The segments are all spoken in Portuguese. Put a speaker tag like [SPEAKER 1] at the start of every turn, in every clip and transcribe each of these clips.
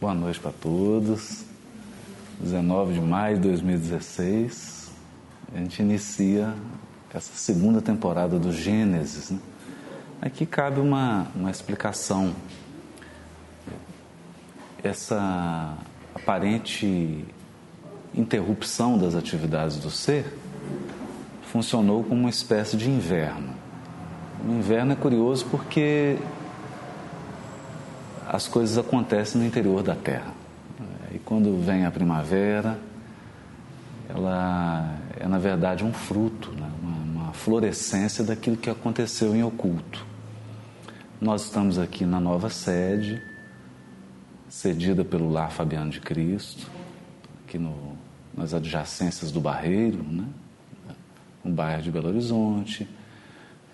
[SPEAKER 1] Boa noite para todos. 19 de maio de 2016, a gente inicia essa segunda temporada do Gênesis. Né? Aqui cabe uma, uma explicação. Essa aparente interrupção das atividades do ser funcionou como uma espécie de inverno. O inverno é curioso porque as coisas acontecem no interior da Terra. É, E quando vem a primavera, ela é na verdade um fruto, né? uma, uma florescência daquilo que aconteceu em oculto. Nós estamos aqui na nova sede, cedida pelo Lar Fabiano de Cristo, aqui no, nas adjacências do Barreiro, né? no bairro de Belo Horizonte.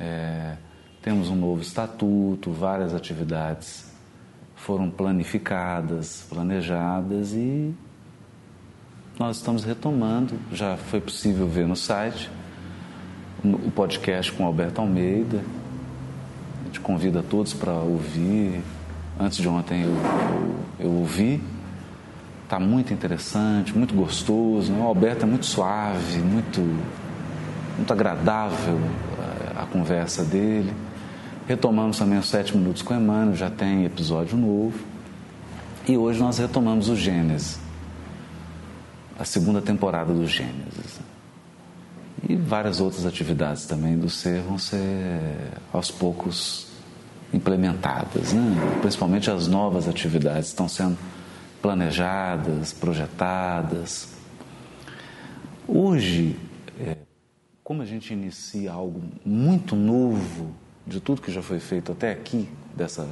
[SPEAKER 1] É, temos um novo estatuto, várias atividades foram planificadas, planejadas e nós estamos retomando. Já foi possível ver no site o podcast com Alberto Almeida. A gente convida todos para ouvir. Antes de ontem eu, eu, eu ouvi. Está muito interessante, muito gostoso. O Alberto é muito suave, muito, muito agradável eh, a, a conversa dele. Retomamos também os sete minutos com Emmanuel, já tem episódio novo. E hoje nós retomamos o Gênesis, a segunda temporada do Gênesis. E várias outras atividades também do ser vão ser aos poucos implementadas, né? principalmente as novas atividades estão sendo planejadas, projetadas. Hoje, como a gente inicia algo muito novo, de tudo que já foi feito até aqui, dessa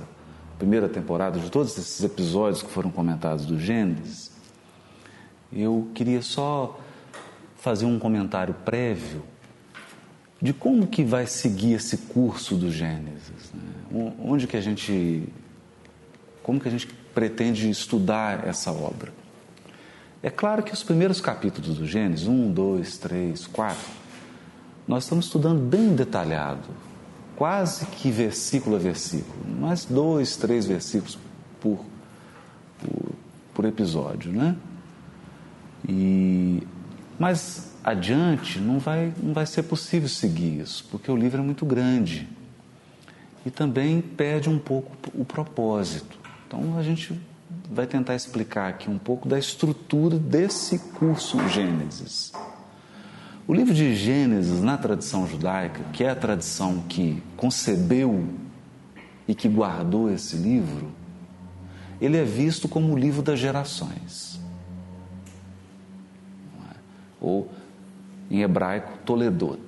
[SPEAKER 1] primeira temporada, de todos esses episódios que foram comentados do Gênesis, eu queria só fazer um comentário prévio de como que vai seguir esse curso do Gênesis, né? onde que a gente, como que a gente pretende estudar essa obra. É claro que os primeiros capítulos do Gênesis, um, dois, três, quatro, nós estamos estudando bem detalhado, quase que versículo a versículo, mas dois, três versículos por, por, por, episódio, né? E, mas adiante não vai, não vai ser possível seguir isso, porque o livro é muito grande e também perde um pouco o propósito. Então a gente vai tentar explicar aqui um pouco da estrutura desse curso Gênesis. O livro de Gênesis, na tradição judaica, que é a tradição que concebeu e que guardou esse livro, ele é visto como o livro das gerações. é? Ou, em hebraico, Toledot.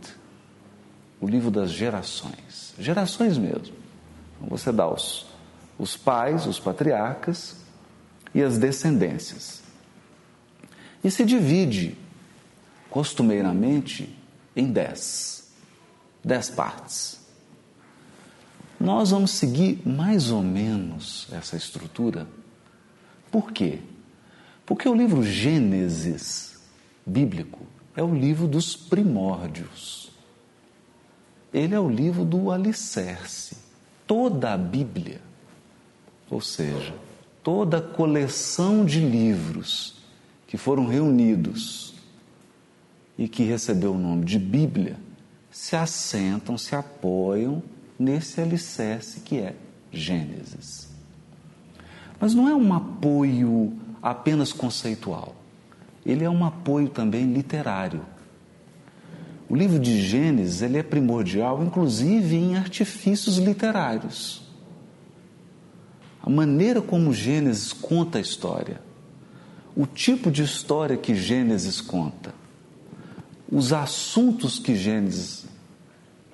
[SPEAKER 1] O livro das gerações. Gerações mesmo. Então, você dá os, os pais, os patriarcas e as descendências. E se divide costumeiramente em dez, dez partes. Nós vamos seguir mais ou menos essa estrutura. Por quê? Porque o livro Gênesis bíblico é o livro dos primórdios. Ele é o livro do alicerce. Toda a Bíblia, ou seja, toda a coleção de livros que foram reunidos e que recebeu o nome de Bíblia, se assentam, se apoiam nesse alicerce que é Gênesis. Mas não é um apoio apenas conceitual, ele é um apoio também literário. O livro de Gênesis ele é primordial, inclusive em artifícios literários. A maneira como Gênesis conta a história, o tipo de história que Gênesis conta, os assuntos que Gênesis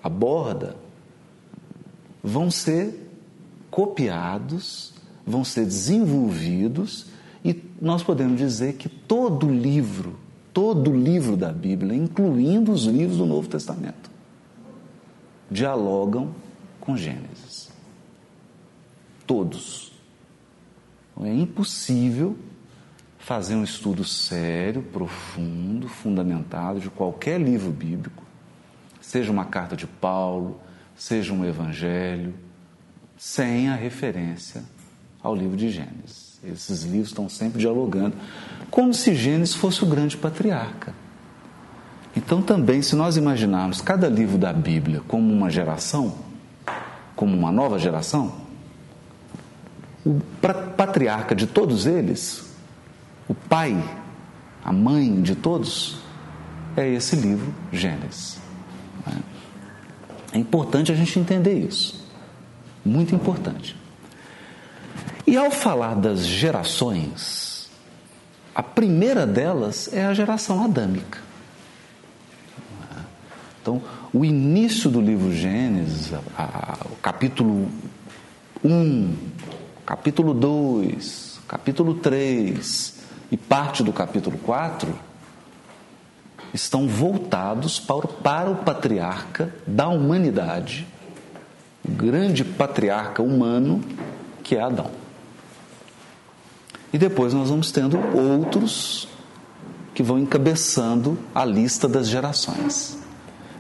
[SPEAKER 1] aborda vão ser copiados, vão ser desenvolvidos e nós podemos dizer que todo livro, todo livro da Bíblia, incluindo os livros do Novo Testamento, dialogam com Gênesis. Todos. É impossível fazer um estudo sério, profundo, fundamentado de qualquer livro bíblico, seja uma carta de Paulo, seja um evangelho, sem a referência ao livro de Gênesis. Esses livros estão sempre dialogando, como se Gênesis fosse o grande patriarca. Então, também, se nós imaginarmos cada livro da Bíblia como uma geração, como uma nova geração, o patriarca de todos eles, o pai, a mãe de todos, é esse livro, Gênesis. né? É importante a gente entender isso. Muito importante. E ao falar das gerações, a primeira delas é a geração adâmica. Então, o início do livro Gênesis, a, a, o capítulo 1, capítulo 2, capítulo 3 e parte do capítulo 4 estão voltados para, para o patriarca da humanidade, o grande patriarca humano que é Adão. E depois nós vamos tendo outros que vão encabeçando a lista das gerações.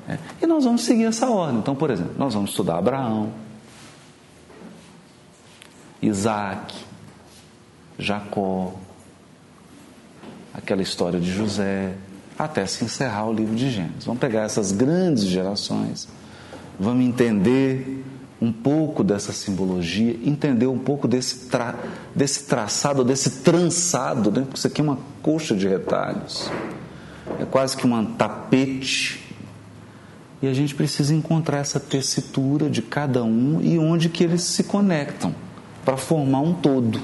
[SPEAKER 1] É. E nós vamos seguir essa ordem. Então, por exemplo, nós vamos estudar Abraão, Isaac, Jacó, aquela história de José, até se encerrar o livro de Gênesis. Vamos pegar essas grandes gerações, vamos entender um pouco dessa simbologia, entender um pouco desse, tra, desse traçado, desse trançado, né? porque isso aqui é uma coxa de retalhos, é quase que um tapete e a gente precisa encontrar essa tessitura de cada um e onde que eles se conectam para formar um todo.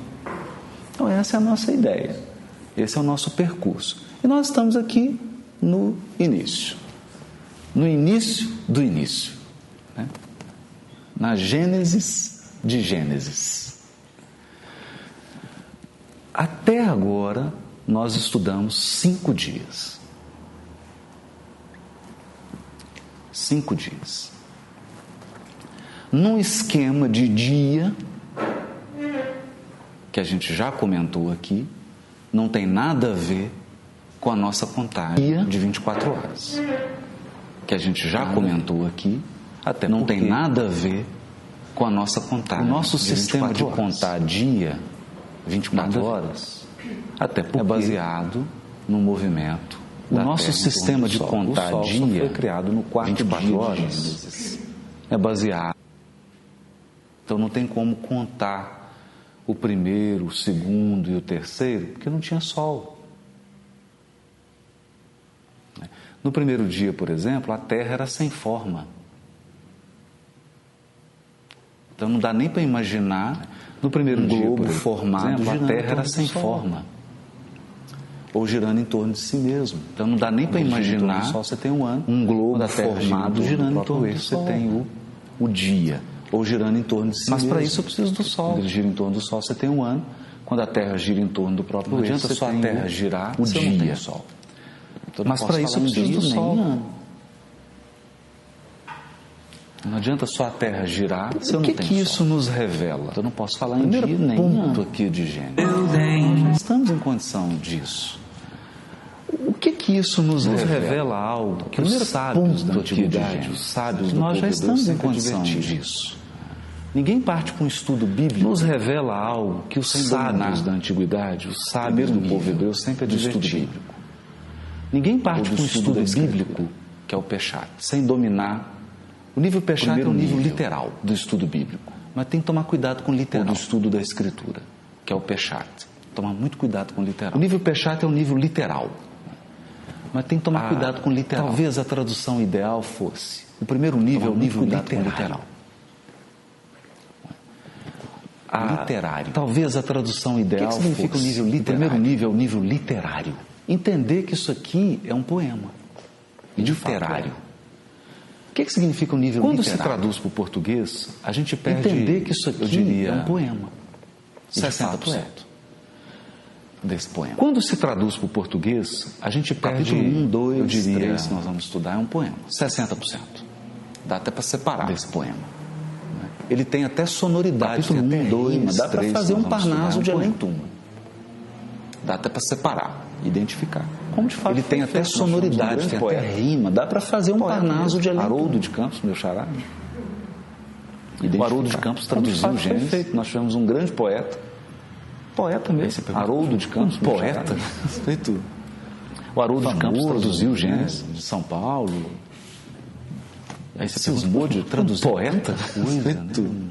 [SPEAKER 1] Então essa é a nossa ideia, esse é o nosso percurso. E nós estamos aqui no início, no início do início, né? na Gênesis de Gênesis. Até agora nós estudamos cinco dias. cinco dias. Num esquema de dia, que a gente já comentou aqui, não tem nada a ver com a nossa contagem de 24 horas. Que a gente já comentou aqui, até não tem nada a ver com a nossa contagem. O nosso de sistema de horas. contar dia, 24 horas, até porque é baseado no movimento o nosso terra, sistema de contar o dia foi criado no quarto 24 dia horas. É baseado. Então não tem como contar o primeiro, o segundo e o terceiro, porque não tinha sol. No primeiro dia, por exemplo, a Terra era sem forma. Então não dá nem para imaginar. No primeiro um dia, globo por exemplo, formado, exemplo, a Terra era sem forma ou girando em torno de si mesmo. Então não dá nem para imaginar sol, você tem um, ano, um globo formado gira girando em torno do sol. Você tem o, o dia, ou girando em torno de si Mas mesmo. Mas para isso eu preciso do Sol. Quando ele gira em torno do Sol, você tem um ano. Quando a Terra gira em torno do próprio não adianta só a Terra o, girar, o dia. Não tem o sol. Então, Mas para isso eu preciso do Sol. Ano. Não adianta só a Terra girar se eu não tenho O que, que isso nos revela? Então, eu não posso falar em dia ponto nem ponto aqui de gênero. Estamos em condição disso. O que que isso nos, nos revela? revela? algo que os sábios da antiguidade, os sábios do nós já estamos em condição disso. Ninguém parte para um estudo bíblico. Nos revela algo que os sábios da antiguidade, os sábios do povo hebreu sempre advertiram. Ninguém parte para um estudo bíblico, que é o Pechat, sem dominar o nível Pechat é um nível, nível, literal do estudo bíblico, mas tem que tomar cuidado com o literal. Ou do estudo da escritura, que é o Pechat. Tomar muito cuidado com o literal. O nível Pechat é um nível literal, mas tem que tomar ah, cuidado com o literal. Talvez a tradução ideal fosse o primeiro nível é o nível literal. literal. Ah, literário. Talvez a tradução ideal. O que, que significa fosse? o nível literário? O primeiro nível é o nível literário. Entender que isso aqui é um poema. E de literário. Fato, é. O que, que significa o nível Quando literário? se traduz para o português, a gente perde. Entender que isso aqui eu diria, é um poema. 60% desse poema. Quando se traduz para o português, a gente perde. Capítulo 1, 2, eu diria, 3, nós vamos estudar, é um poema. 60%. Dá até para separar. Desse poema. Ele tem até sonoridade. Capítulo 1, 2, rima, dá para fazer um parnaso de um além -tuma. Dá até para separar identificar. Como de fato ele tem até sonoridade, um tem poeta. até rima, dá para fazer um poeta parnaso de Alentuma. Haroldo de Campos, meu xará. O Haroldo de Campos traduziu o Gênesis. Nós tivemos um grande poeta Poeta mesmo. Haroldo de Campos. Um poeta. Feito. O Haroldo de Campos traduziu Gênesis de né? São Paulo. Aí você se esmou de traduzir. Um poeta. Coisa, né? um,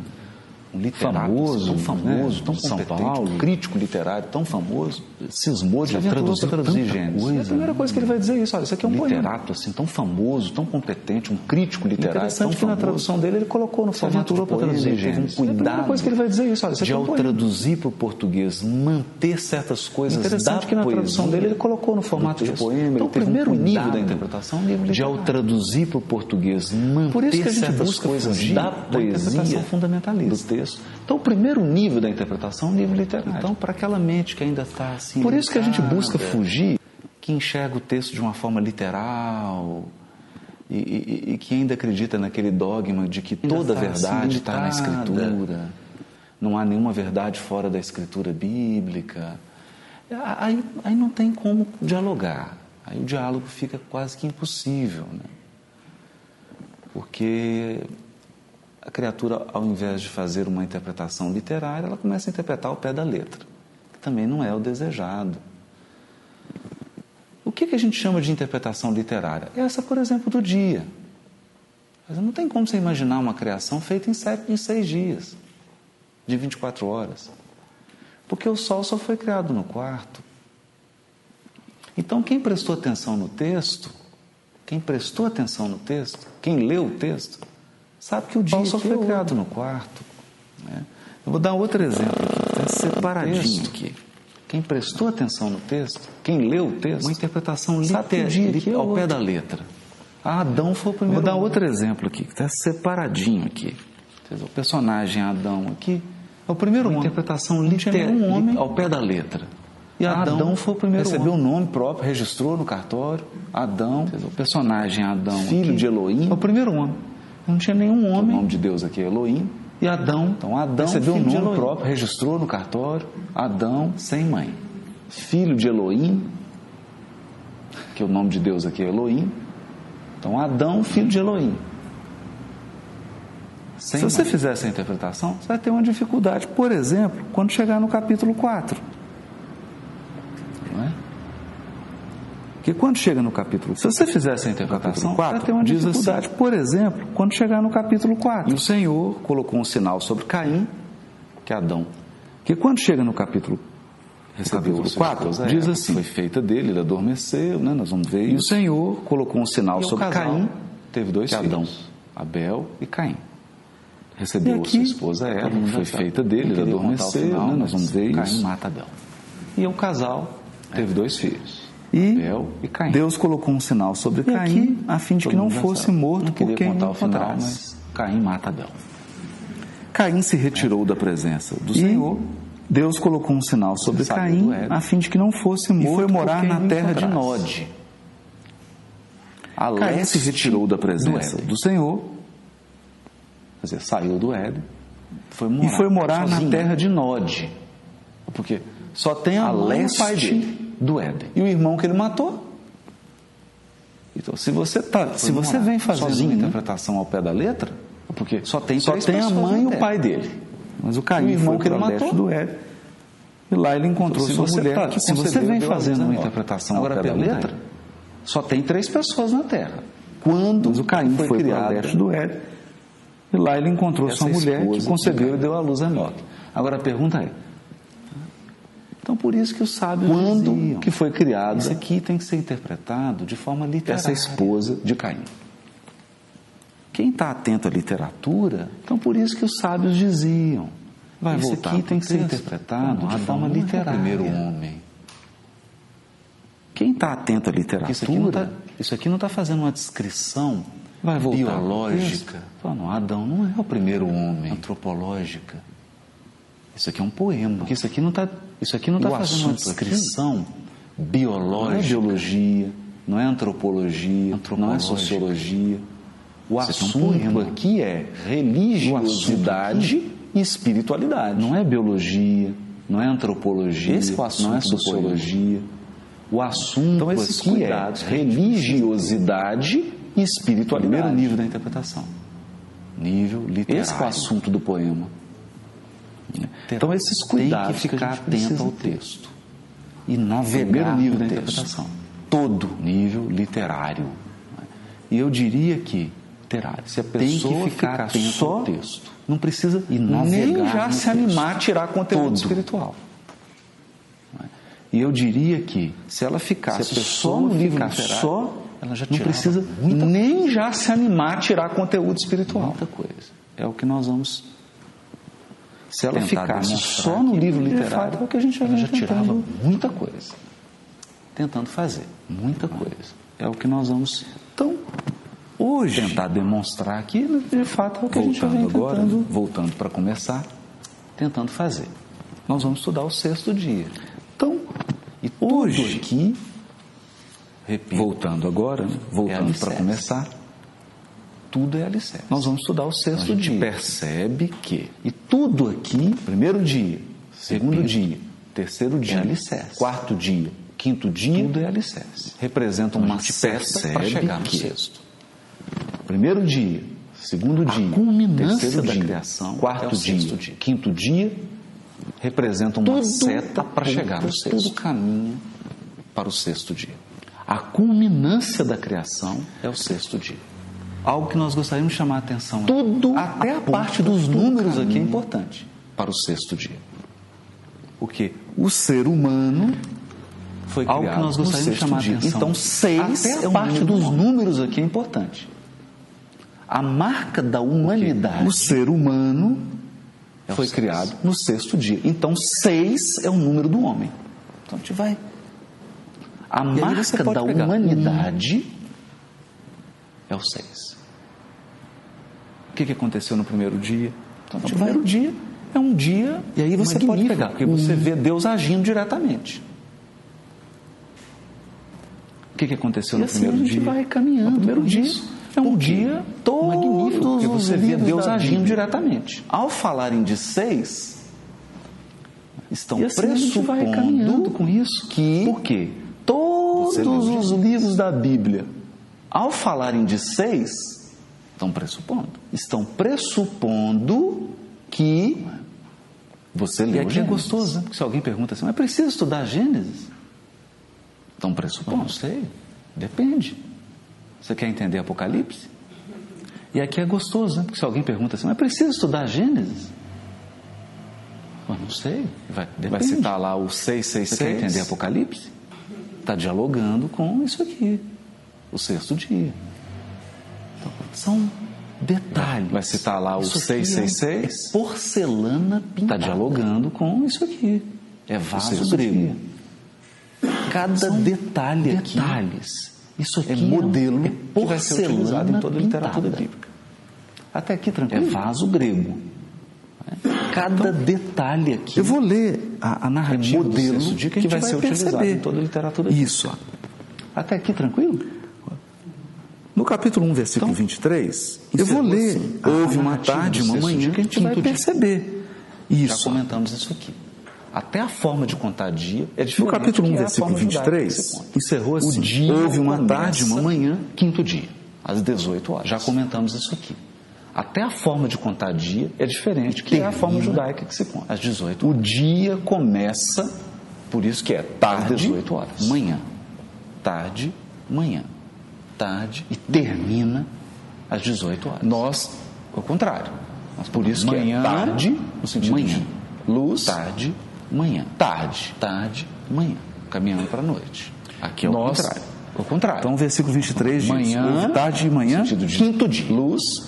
[SPEAKER 1] um literato famoso, tão famoso, né? tão São Paulo, um crítico literário tão famoso, cismou de traduzir, traduzir Gênesis. Coisa, é a primeira coisa que ele vai dizer é isso, olha, isso aqui é um literato poema. assim tão famoso, tão competente, um crítico literário Interessante tão que famoso. é
[SPEAKER 2] na tradução dele ele colocou no formato para traduzir Gênesis.
[SPEAKER 1] Um cuidado. É a primeira
[SPEAKER 2] coisa que ele vai dizer isso, olha, isso
[SPEAKER 1] aqui
[SPEAKER 2] de é um
[SPEAKER 1] ao traduzir para o português, manter certas coisas
[SPEAKER 2] Interessante
[SPEAKER 1] da
[SPEAKER 2] que na
[SPEAKER 1] poesia,
[SPEAKER 2] tradução dele ele colocou no formato de poema,
[SPEAKER 1] então,
[SPEAKER 2] ele teve
[SPEAKER 1] primeiro
[SPEAKER 2] um
[SPEAKER 1] nível
[SPEAKER 2] cuidado
[SPEAKER 1] da interpretação,
[SPEAKER 2] nível
[SPEAKER 1] de ao
[SPEAKER 2] literário.
[SPEAKER 1] traduzir para o português, manter
[SPEAKER 2] Por isso que a gente
[SPEAKER 1] certas
[SPEAKER 2] busca
[SPEAKER 1] coisas
[SPEAKER 2] fugir
[SPEAKER 1] da
[SPEAKER 2] da
[SPEAKER 1] poesia
[SPEAKER 2] interpretação fundamentalista.
[SPEAKER 1] do texto. Então, o primeiro nível da interpretação é um nível literário.
[SPEAKER 2] Então, para aquela mente que ainda
[SPEAKER 1] tá,
[SPEAKER 2] está assim.
[SPEAKER 1] Por isso que a gente
[SPEAKER 2] limitada,
[SPEAKER 1] busca fugir, que enxerga o texto de uma forma literal e, e- e que ainda acredita naquele dogma de que
[SPEAKER 2] Ainda
[SPEAKER 1] toda
[SPEAKER 2] tá, assim,
[SPEAKER 1] verdade está na
[SPEAKER 2] limitada.
[SPEAKER 1] Escritura, não há nenhuma verdade fora da Escritura bíblica. A- Aí, aí não tem como dialogar, aí o diálogo fica quase que impossível, né? Porque a criatura, ao invés de fazer uma interpretação literária, ela começa a interpretar ao pé da letra, que também não é o desejado. O que, que a gente chama de interpretação literária? É Essa, por exemplo, do dia. Mas não tem como você imaginar uma criação feita em, sete, em seis dias, de 24 horas. Porque o sol só foi criado no quarto. Então, quem prestou atenção no texto, quem prestou atenção no texto, quem leu o texto, sabe que o dia
[SPEAKER 2] Sol
[SPEAKER 1] só
[SPEAKER 2] que é
[SPEAKER 1] foi
[SPEAKER 2] outro.
[SPEAKER 1] criado no quarto. né? Eu vou dar outro exemplo aqui, tá separadinho
[SPEAKER 2] Texto.
[SPEAKER 1] aqui. Quem prestou atenção no texto, quem leu o texto, uma interpretação
[SPEAKER 2] Sabe que o dia aqui é
[SPEAKER 1] ao pé
[SPEAKER 2] outro.
[SPEAKER 1] da letra. Ah, Adão foi o primeiro.
[SPEAKER 2] Vou dar
[SPEAKER 1] outro exemplo aqui, que está separadinho aqui. O personagem Adão aqui é o primeiro homem. interpretação
[SPEAKER 2] literal-
[SPEAKER 1] um homem ao pé da letra. E Adão,
[SPEAKER 2] Adão
[SPEAKER 1] foi o primeiro
[SPEAKER 2] recebeu
[SPEAKER 1] o nome próprio, registrou no cartório. Adão, o personagem Adão, filho de Elohim, é o primeiro homem. Não tinha nenhum homem. O nome de Deus aqui é Elohim. E Adão, então Adão recebeu o
[SPEAKER 2] filho de
[SPEAKER 1] nome
[SPEAKER 2] Elohim.
[SPEAKER 1] próprio, registrou no cartório. Adão sem mãe, filho de Elohim, que o nome de Deus aqui é Elohim. Então Adão, filho de Elohim. Se você fizer essa interpretação, você vai ter uma dificuldade, por exemplo, quando chegar no capítulo 4. Não é? Porque quando chega no capítulo Se você fizer essa interpretação,
[SPEAKER 2] Capítulo quatro,
[SPEAKER 1] vai ter uma
[SPEAKER 2] diz
[SPEAKER 1] dificuldade. Por exemplo, quando chegar no capítulo 4. E o Senhor colocou um sinal sobre Caim, que é Adão. Que quando chega no capítulo recebeu
[SPEAKER 2] capítulo
[SPEAKER 1] os
[SPEAKER 2] quatro,
[SPEAKER 1] quatro,
[SPEAKER 2] diz
[SPEAKER 1] diz assim:
[SPEAKER 2] assim,
[SPEAKER 1] Foi feita dele, ele adormeceu, né? Nós vamos ver. E o Senhor colocou um sinal
[SPEAKER 2] E o
[SPEAKER 1] sobre
[SPEAKER 2] casal
[SPEAKER 1] Caim, teve dois
[SPEAKER 2] que é
[SPEAKER 1] Adão,
[SPEAKER 2] Adão.
[SPEAKER 1] Abel e Caim.
[SPEAKER 2] E
[SPEAKER 1] Recebeu
[SPEAKER 2] aqui,
[SPEAKER 1] sua esposa
[SPEAKER 2] todo
[SPEAKER 1] Eva,
[SPEAKER 2] mundo
[SPEAKER 1] que
[SPEAKER 2] já
[SPEAKER 1] foi
[SPEAKER 2] sabe.
[SPEAKER 1] feita dele,
[SPEAKER 2] Não
[SPEAKER 1] ele
[SPEAKER 2] queria contar o
[SPEAKER 1] adormeceu,
[SPEAKER 2] final,
[SPEAKER 1] né? Nós
[SPEAKER 2] mas
[SPEAKER 1] vamos ver
[SPEAKER 2] Caim
[SPEAKER 1] isso.
[SPEAKER 2] mata Abel.
[SPEAKER 1] E o casal teve dois filhos.
[SPEAKER 2] E
[SPEAKER 1] Abel e Caim.
[SPEAKER 2] Deus colocou um sinal sobre
[SPEAKER 1] E
[SPEAKER 2] Caim
[SPEAKER 1] aqui,
[SPEAKER 2] a fim de
[SPEAKER 1] todo
[SPEAKER 2] que não
[SPEAKER 1] mundo já
[SPEAKER 2] fosse
[SPEAKER 1] sabe.
[SPEAKER 2] morto
[SPEAKER 1] não
[SPEAKER 2] por
[SPEAKER 1] queria
[SPEAKER 2] quem
[SPEAKER 1] contar
[SPEAKER 2] o
[SPEAKER 1] o final, mas
[SPEAKER 2] encontrasse.
[SPEAKER 1] Caim mata Abel.
[SPEAKER 2] Caim se retirou da presença do
[SPEAKER 1] E
[SPEAKER 2] Senhor. Deus colocou um sinal sobre
[SPEAKER 1] Você sabe
[SPEAKER 2] Caim
[SPEAKER 1] do Éden.
[SPEAKER 2] a fim de que não fosse
[SPEAKER 1] E
[SPEAKER 2] morto
[SPEAKER 1] foi morar
[SPEAKER 2] por quem
[SPEAKER 1] na
[SPEAKER 2] o
[SPEAKER 1] terra de Nod.
[SPEAKER 2] encontrasse.
[SPEAKER 1] A
[SPEAKER 2] Caim se
[SPEAKER 1] leste
[SPEAKER 2] retirou da
[SPEAKER 1] do
[SPEAKER 2] presença
[SPEAKER 1] Éden.
[SPEAKER 2] do, Senhor
[SPEAKER 1] Quer dizer, saiu do Éden foi morar
[SPEAKER 2] e foi morar
[SPEAKER 1] sozinho.
[SPEAKER 2] na terra de
[SPEAKER 1] Nod. Porque só tem
[SPEAKER 2] a
[SPEAKER 1] a,
[SPEAKER 2] mão do
[SPEAKER 1] leste
[SPEAKER 2] pai dele.
[SPEAKER 1] do Éden. E o irmão que ele matou. Então, se você, tá, se
[SPEAKER 2] morar
[SPEAKER 1] você vem fazendo
[SPEAKER 2] sozinho,
[SPEAKER 1] uma
[SPEAKER 2] né?
[SPEAKER 1] interpretação ao pé da letra, é porque só tem, só
[SPEAKER 2] três
[SPEAKER 1] tem a
[SPEAKER 2] pessoas
[SPEAKER 1] mãe e
[SPEAKER 2] na
[SPEAKER 1] o
[SPEAKER 2] Terra.
[SPEAKER 1] pai dele.
[SPEAKER 2] Mas
[SPEAKER 1] E
[SPEAKER 2] o
[SPEAKER 1] o
[SPEAKER 2] Caim
[SPEAKER 1] irmão
[SPEAKER 2] foi
[SPEAKER 1] que ele
[SPEAKER 2] para o leste
[SPEAKER 1] matou.
[SPEAKER 2] do Éden. E lá ele encontrou
[SPEAKER 1] se
[SPEAKER 2] sua
[SPEAKER 1] você
[SPEAKER 2] mulher.
[SPEAKER 1] tá-
[SPEAKER 2] que
[SPEAKER 1] se você
[SPEAKER 2] concebeu
[SPEAKER 1] vem
[SPEAKER 2] Deus a
[SPEAKER 1] fazendo uma
[SPEAKER 2] 19.
[SPEAKER 1] interpretação tá
[SPEAKER 2] Agora
[SPEAKER 1] ao pé da
[SPEAKER 2] pergunta
[SPEAKER 1] letra,
[SPEAKER 2] aí.
[SPEAKER 1] só tem três pessoas na Terra. Quando
[SPEAKER 2] Mas o Caim
[SPEAKER 1] foi,
[SPEAKER 2] foi, para o
[SPEAKER 1] criado
[SPEAKER 2] leste do Éden. E lá ele encontrou
[SPEAKER 1] essa
[SPEAKER 2] sua mulher que
[SPEAKER 1] esposa
[SPEAKER 2] concebeu
[SPEAKER 1] Caim.
[SPEAKER 2] e deu à luz a Enoque.
[SPEAKER 1] Agora a pergunta é:
[SPEAKER 2] Então por isso que os sábios
[SPEAKER 1] quando
[SPEAKER 2] diziam
[SPEAKER 1] que foi criado?
[SPEAKER 2] Isso
[SPEAKER 1] Isso aqui tem que ser interpretado de forma literária.
[SPEAKER 2] essa esposa de Caim.
[SPEAKER 1] Quem está atento à literatura, então por isso que os sábios diziam.
[SPEAKER 2] Vai
[SPEAKER 1] isso
[SPEAKER 2] voltar
[SPEAKER 1] aqui
[SPEAKER 2] pro
[SPEAKER 1] tem que ser
[SPEAKER 2] texto?
[SPEAKER 1] interpretado
[SPEAKER 2] Não,
[SPEAKER 1] de
[SPEAKER 2] Adão
[SPEAKER 1] forma
[SPEAKER 2] não é o
[SPEAKER 1] literária.
[SPEAKER 2] primeiro
[SPEAKER 1] homem.
[SPEAKER 2] Quem
[SPEAKER 1] tá
[SPEAKER 2] está atento à
[SPEAKER 1] Isso aqui não tá-
[SPEAKER 2] literatura
[SPEAKER 1] isso aqui não está fazendo uma descrição
[SPEAKER 2] Vai voltar pro
[SPEAKER 1] biológica. Fala, não, Adão não é o primeiro homem. Antropológica. Isso aqui é um poema. Porque isso aqui não está isso aqui não
[SPEAKER 2] O
[SPEAKER 1] tá fazendo uma
[SPEAKER 2] assunto aqui
[SPEAKER 1] descrição biológica. Não é biologia, não é antropologia, não é
[SPEAKER 2] Antropológica.
[SPEAKER 1] sociologia. O
[SPEAKER 2] Isso aqui é um
[SPEAKER 1] assunto
[SPEAKER 2] poema.
[SPEAKER 1] aqui é religiosidade e espiritualidade. Não é biologia, não é antropologia,
[SPEAKER 2] Esse é o assunto
[SPEAKER 1] não é
[SPEAKER 2] do poema.
[SPEAKER 1] sociologia. O assunto
[SPEAKER 2] Então, esses
[SPEAKER 1] aqui é
[SPEAKER 2] cuidados que a gente
[SPEAKER 1] religiosidade e espiritualidade.
[SPEAKER 2] Primeiro nível
[SPEAKER 1] da interpretação. Nível literário. Esse é o assunto do poema.
[SPEAKER 2] Então, esses
[SPEAKER 1] Tem que
[SPEAKER 2] cuidados
[SPEAKER 1] ficar
[SPEAKER 2] que a gente
[SPEAKER 1] atento ao
[SPEAKER 2] precisa ter.
[SPEAKER 1] texto.
[SPEAKER 2] E né,
[SPEAKER 1] Primeiro
[SPEAKER 2] navegar
[SPEAKER 1] nível
[SPEAKER 2] no
[SPEAKER 1] da
[SPEAKER 2] texto.
[SPEAKER 1] interpretação. Todo nível literário.
[SPEAKER 2] né?
[SPEAKER 1] E eu diria que literário. Se a
[SPEAKER 2] Tem
[SPEAKER 1] pessoa
[SPEAKER 2] que ficar atento
[SPEAKER 1] só
[SPEAKER 2] ao texto.
[SPEAKER 1] não precisa
[SPEAKER 2] E navegar
[SPEAKER 1] nem já
[SPEAKER 2] no
[SPEAKER 1] se
[SPEAKER 2] texto.
[SPEAKER 1] animar a tirar conteúdo
[SPEAKER 2] Todo.
[SPEAKER 1] espiritual. E eu diria que se ela ficasse
[SPEAKER 2] Se a pessoa
[SPEAKER 1] só no livro
[SPEAKER 2] ficasse
[SPEAKER 1] literário,
[SPEAKER 2] só,
[SPEAKER 1] ela já não
[SPEAKER 2] tirava
[SPEAKER 1] precisa
[SPEAKER 2] muita
[SPEAKER 1] nem já se animar a tirar conteúdo espiritual.
[SPEAKER 2] Muita coisa.
[SPEAKER 1] É o que nós vamos. Se ela
[SPEAKER 2] Tentar
[SPEAKER 1] ficasse
[SPEAKER 2] demonstrar
[SPEAKER 1] só no
[SPEAKER 2] que,
[SPEAKER 1] livro
[SPEAKER 2] de
[SPEAKER 1] literário,
[SPEAKER 2] fato, é o que a gente já
[SPEAKER 1] ela
[SPEAKER 2] vem
[SPEAKER 1] já tirava
[SPEAKER 2] tentando.
[SPEAKER 1] muita coisa. Tentando fazer muita coisa. É o que nós vamos
[SPEAKER 2] Então, hoje,
[SPEAKER 1] tentar demonstrar aqui, de fato, é o que a gente
[SPEAKER 2] Voltando
[SPEAKER 1] vem
[SPEAKER 2] agora,
[SPEAKER 1] tentando, voltando para começar, tentando fazer. Nós vamos estudar o sexto dia.
[SPEAKER 2] então
[SPEAKER 1] E tudo
[SPEAKER 2] Hoje,
[SPEAKER 1] aqui, repito, é
[SPEAKER 2] voltando agora, né? voltando
[SPEAKER 1] voltando para
[SPEAKER 2] para começar,
[SPEAKER 1] começar, tudo é alicerce.
[SPEAKER 2] nós vamos estudar o
[SPEAKER 1] a
[SPEAKER 2] sexto
[SPEAKER 1] gente
[SPEAKER 2] dia.
[SPEAKER 1] percebe que e tudo aqui, primeiro dia, segundo dia, terceiro dia,
[SPEAKER 2] é alicerce.
[SPEAKER 1] quarto dia, quinto dia, tudo é alicerce. Representa uma
[SPEAKER 2] gente
[SPEAKER 1] seta para
[SPEAKER 2] percebe
[SPEAKER 1] chegar no
[SPEAKER 2] que
[SPEAKER 1] sexto. Primeiro dia, segundo dia,
[SPEAKER 2] culminância
[SPEAKER 1] terceiro
[SPEAKER 2] da
[SPEAKER 1] dia,
[SPEAKER 2] criação é
[SPEAKER 1] quarto
[SPEAKER 2] o
[SPEAKER 1] dia,
[SPEAKER 2] sexto dia.
[SPEAKER 1] quinto dia, representa uma
[SPEAKER 2] Tudo
[SPEAKER 1] seta para
[SPEAKER 2] aponta,
[SPEAKER 1] chegar no sexto.
[SPEAKER 2] tudo
[SPEAKER 1] caminha para o sexto dia. A culminância da criação é o sexto dia. Algo que nós gostaríamos de chamar a atenção. aqui.
[SPEAKER 2] Tudo
[SPEAKER 1] até a
[SPEAKER 2] aponta,
[SPEAKER 1] parte dos
[SPEAKER 2] tudo
[SPEAKER 1] números aqui é
[SPEAKER 2] caminha.
[SPEAKER 1] importante para o sexto dia. Porque o ser humano
[SPEAKER 2] Foi
[SPEAKER 1] algo que nós gostaríamos de chamar a atenção.
[SPEAKER 2] Então, seis
[SPEAKER 1] Até a
[SPEAKER 2] é um
[SPEAKER 1] parte
[SPEAKER 2] número
[SPEAKER 1] dos
[SPEAKER 2] bom.
[SPEAKER 1] números aqui é importante. A marca da humanidade
[SPEAKER 2] O ser humano
[SPEAKER 1] é o foi
[SPEAKER 2] seis.
[SPEAKER 1] criado no sexto dia. Então, seis é o número do homem. Então, a gente vai. A
[SPEAKER 2] aí você
[SPEAKER 1] marca
[SPEAKER 2] pode
[SPEAKER 1] da
[SPEAKER 2] pegar
[SPEAKER 1] humanidade é o seis.
[SPEAKER 2] O que, que aconteceu no primeiro dia?
[SPEAKER 1] Então, o primeiro dia é um dia
[SPEAKER 2] E aí você pode
[SPEAKER 1] magnífico,
[SPEAKER 2] pegar
[SPEAKER 1] porque
[SPEAKER 2] um-
[SPEAKER 1] você vê Deus agindo diretamente.
[SPEAKER 2] O que, que aconteceu
[SPEAKER 1] E
[SPEAKER 2] no
[SPEAKER 1] assim
[SPEAKER 2] primeiro
[SPEAKER 1] a gente
[SPEAKER 2] dia?
[SPEAKER 1] vai caminhando.
[SPEAKER 2] No primeiro
[SPEAKER 1] por
[SPEAKER 2] dia
[SPEAKER 1] isso. é um dia todo
[SPEAKER 2] magnífico,
[SPEAKER 1] magnífico, porque
[SPEAKER 2] os
[SPEAKER 1] você vê
[SPEAKER 2] livros
[SPEAKER 1] Deus
[SPEAKER 2] da
[SPEAKER 1] agindo
[SPEAKER 2] Bíblia.
[SPEAKER 1] diretamente. Ao falarem de seis, estão
[SPEAKER 2] E assim a gente vai
[SPEAKER 1] pressupondo
[SPEAKER 2] caminhando
[SPEAKER 1] com isso que por quê? todos
[SPEAKER 2] Você leu de
[SPEAKER 1] os livros da Bíblia, ao falarem de seis, estão pressupondo, estão pressupondo que você
[SPEAKER 2] E
[SPEAKER 1] leu
[SPEAKER 2] aqui é
[SPEAKER 1] Gênesis.
[SPEAKER 2] gostoso, né?
[SPEAKER 1] Porque se alguém pergunta assim, mas precisa estudar Gênesis? Estão pressupondo? Não sei. Depende. Você quer entender Apocalipse? E aqui é gostoso, né? Porque se alguém pergunta assim, mas precisa estudar Gênesis? Mas não sei. Vai,
[SPEAKER 2] Vai
[SPEAKER 1] depende.
[SPEAKER 2] citar lá o
[SPEAKER 1] Você quer entender
[SPEAKER 2] 666.
[SPEAKER 1] Apocalipse? Está dialogando com isso aqui. O sexto dia. Então, são detalhes.
[SPEAKER 2] Vai citar lá o
[SPEAKER 1] Isso aqui é-
[SPEAKER 2] 666?
[SPEAKER 1] É porcelana
[SPEAKER 2] Tá
[SPEAKER 1] pintada. Está dialogando com isso aqui. É vaso
[SPEAKER 2] sexto
[SPEAKER 1] grego.
[SPEAKER 2] dia.
[SPEAKER 1] é Cada detalhe aqui.
[SPEAKER 2] detalhes.
[SPEAKER 1] Isso aqui
[SPEAKER 2] É
[SPEAKER 1] é
[SPEAKER 2] modelo
[SPEAKER 1] é
[SPEAKER 2] que vai ser
[SPEAKER 1] porcelana
[SPEAKER 2] utilizado em toda a literatura
[SPEAKER 1] pintada.
[SPEAKER 2] bíblica.
[SPEAKER 1] Até aqui, tranquilo? É vaso então. grego. Cada detalhe aqui.
[SPEAKER 2] Eu vou ler a, a narrativa
[SPEAKER 1] É modelo
[SPEAKER 2] do sexto dia que, a
[SPEAKER 1] que
[SPEAKER 2] gente
[SPEAKER 1] vai
[SPEAKER 2] vai,
[SPEAKER 1] ser utilizado
[SPEAKER 2] perceber.
[SPEAKER 1] em toda a literatura bíblica.
[SPEAKER 2] Isso. ó.
[SPEAKER 1] Até aqui, tranquilo?
[SPEAKER 2] No capítulo 1, versículo 23, eu vou
[SPEAKER 1] Então, encerrou
[SPEAKER 2] ler.
[SPEAKER 1] assim a
[SPEAKER 2] Houve uma
[SPEAKER 1] narrativa
[SPEAKER 2] tarde,
[SPEAKER 1] do
[SPEAKER 2] uma
[SPEAKER 1] sexto
[SPEAKER 2] manhã
[SPEAKER 1] dia
[SPEAKER 2] que a gente
[SPEAKER 1] quinto
[SPEAKER 2] vai
[SPEAKER 1] dia.
[SPEAKER 2] perceber.
[SPEAKER 1] Já
[SPEAKER 2] Isso.
[SPEAKER 1] comentamos isso aqui. Até a forma de contar dia é diferente.
[SPEAKER 2] No capítulo 1,
[SPEAKER 1] que é a
[SPEAKER 2] versículo
[SPEAKER 1] forma judaica que
[SPEAKER 2] 23,
[SPEAKER 1] você conta.
[SPEAKER 2] encerrou assim:
[SPEAKER 1] O dia
[SPEAKER 2] Houve uma
[SPEAKER 1] começa
[SPEAKER 2] tarde, uma manhã.
[SPEAKER 1] Quinto dia, às 18 horas. Já comentamos isso aqui. Até a forma de contar dia é diferente, que é a forma judaica que se conta, às 18 horas. O dia começa, por isso que é tarde, às 18 horas. Manhã. Tarde, manhã. Tarde e termina às 18 horas. Nós, ao contrário. Mas por isso
[SPEAKER 2] Manhã,
[SPEAKER 1] que é tarde,
[SPEAKER 2] no sentido
[SPEAKER 1] manhã.
[SPEAKER 2] de
[SPEAKER 1] Luz, tarde, manhã. Tarde, tarde, manhã. Caminhando para a noite. Aqui é o
[SPEAKER 2] Nós-
[SPEAKER 1] contrário. Ao contrário.
[SPEAKER 2] Então, versículo 23 diz:
[SPEAKER 1] Manhã,
[SPEAKER 2] Houve tarde e manhã.
[SPEAKER 1] no sentido de quinto dia. Luz,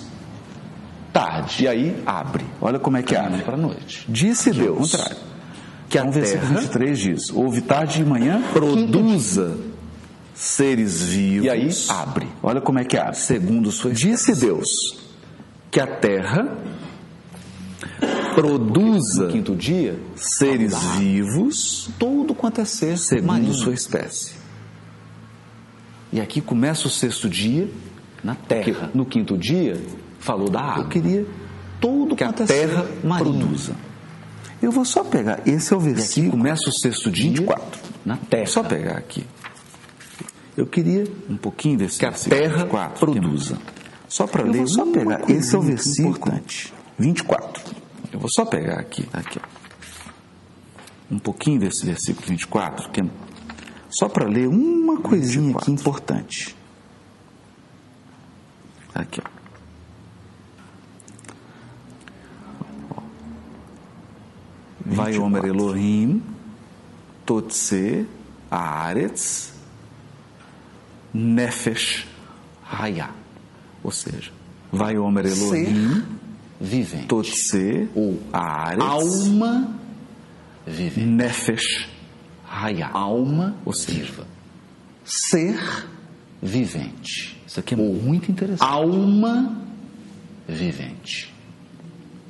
[SPEAKER 1] tarde. E aí abre.
[SPEAKER 2] Olha como é que
[SPEAKER 1] Caminhando
[SPEAKER 2] abre.
[SPEAKER 1] para a noite.
[SPEAKER 2] Disse
[SPEAKER 1] Aqui é o
[SPEAKER 2] Deus.
[SPEAKER 1] contrário.
[SPEAKER 2] Que a versículo
[SPEAKER 1] terra-
[SPEAKER 2] 23 diz: Houve tarde e manhã, produza seres vivos.
[SPEAKER 1] E aí, abre.
[SPEAKER 2] Olha como é que abre. Segundo sua Disse Deus que a terra produza
[SPEAKER 1] Quinto dia, Tá.
[SPEAKER 2] seres vivos
[SPEAKER 1] tudo quanto é ser
[SPEAKER 2] segundo
[SPEAKER 1] marinho.
[SPEAKER 2] sua espécie.
[SPEAKER 1] E aqui começa o sexto dia na Terra. no quinto dia, falou da água.
[SPEAKER 2] Eu queria
[SPEAKER 1] tudo
[SPEAKER 2] que a
[SPEAKER 1] quanto é ser
[SPEAKER 2] terra
[SPEAKER 1] marinho.
[SPEAKER 2] produza. Eu vou só pegar, esse é o
[SPEAKER 1] E aqui
[SPEAKER 2] versículo
[SPEAKER 1] começa o sexto dia
[SPEAKER 2] 24.
[SPEAKER 1] na Terra.
[SPEAKER 2] Só pegar aqui. Eu queria um pouquinho desse
[SPEAKER 1] Que a
[SPEAKER 2] versículo
[SPEAKER 1] terra
[SPEAKER 2] 24, produza. Só para
[SPEAKER 1] Eu
[SPEAKER 2] ler,
[SPEAKER 1] vou
[SPEAKER 2] só
[SPEAKER 1] só
[SPEAKER 2] pegar.
[SPEAKER 1] "Hum, uma
[SPEAKER 2] Esse é o
[SPEAKER 1] coisinha
[SPEAKER 2] versículo
[SPEAKER 1] importante.
[SPEAKER 2] 24. Eu vou só pegar aqui, aqui ó. um pouquinho desse versículo 24, que é só para ler uma coisinha aqui importante. Aqui, ó. Vai o Homer Elohim, Totse, Aretz, Nefesh, Hayah. Ou seja, vai o Homer Elohim,
[SPEAKER 1] vivente.
[SPEAKER 2] Totse,
[SPEAKER 1] Ou
[SPEAKER 2] Aretz,
[SPEAKER 1] Alma vivente.
[SPEAKER 2] Nefesh,
[SPEAKER 1] Hayá. Alma
[SPEAKER 2] Ou seja,
[SPEAKER 1] viva. Ser vivente.
[SPEAKER 2] Isso aqui é
[SPEAKER 1] Ou
[SPEAKER 2] muito interessante.
[SPEAKER 1] Alma vivente.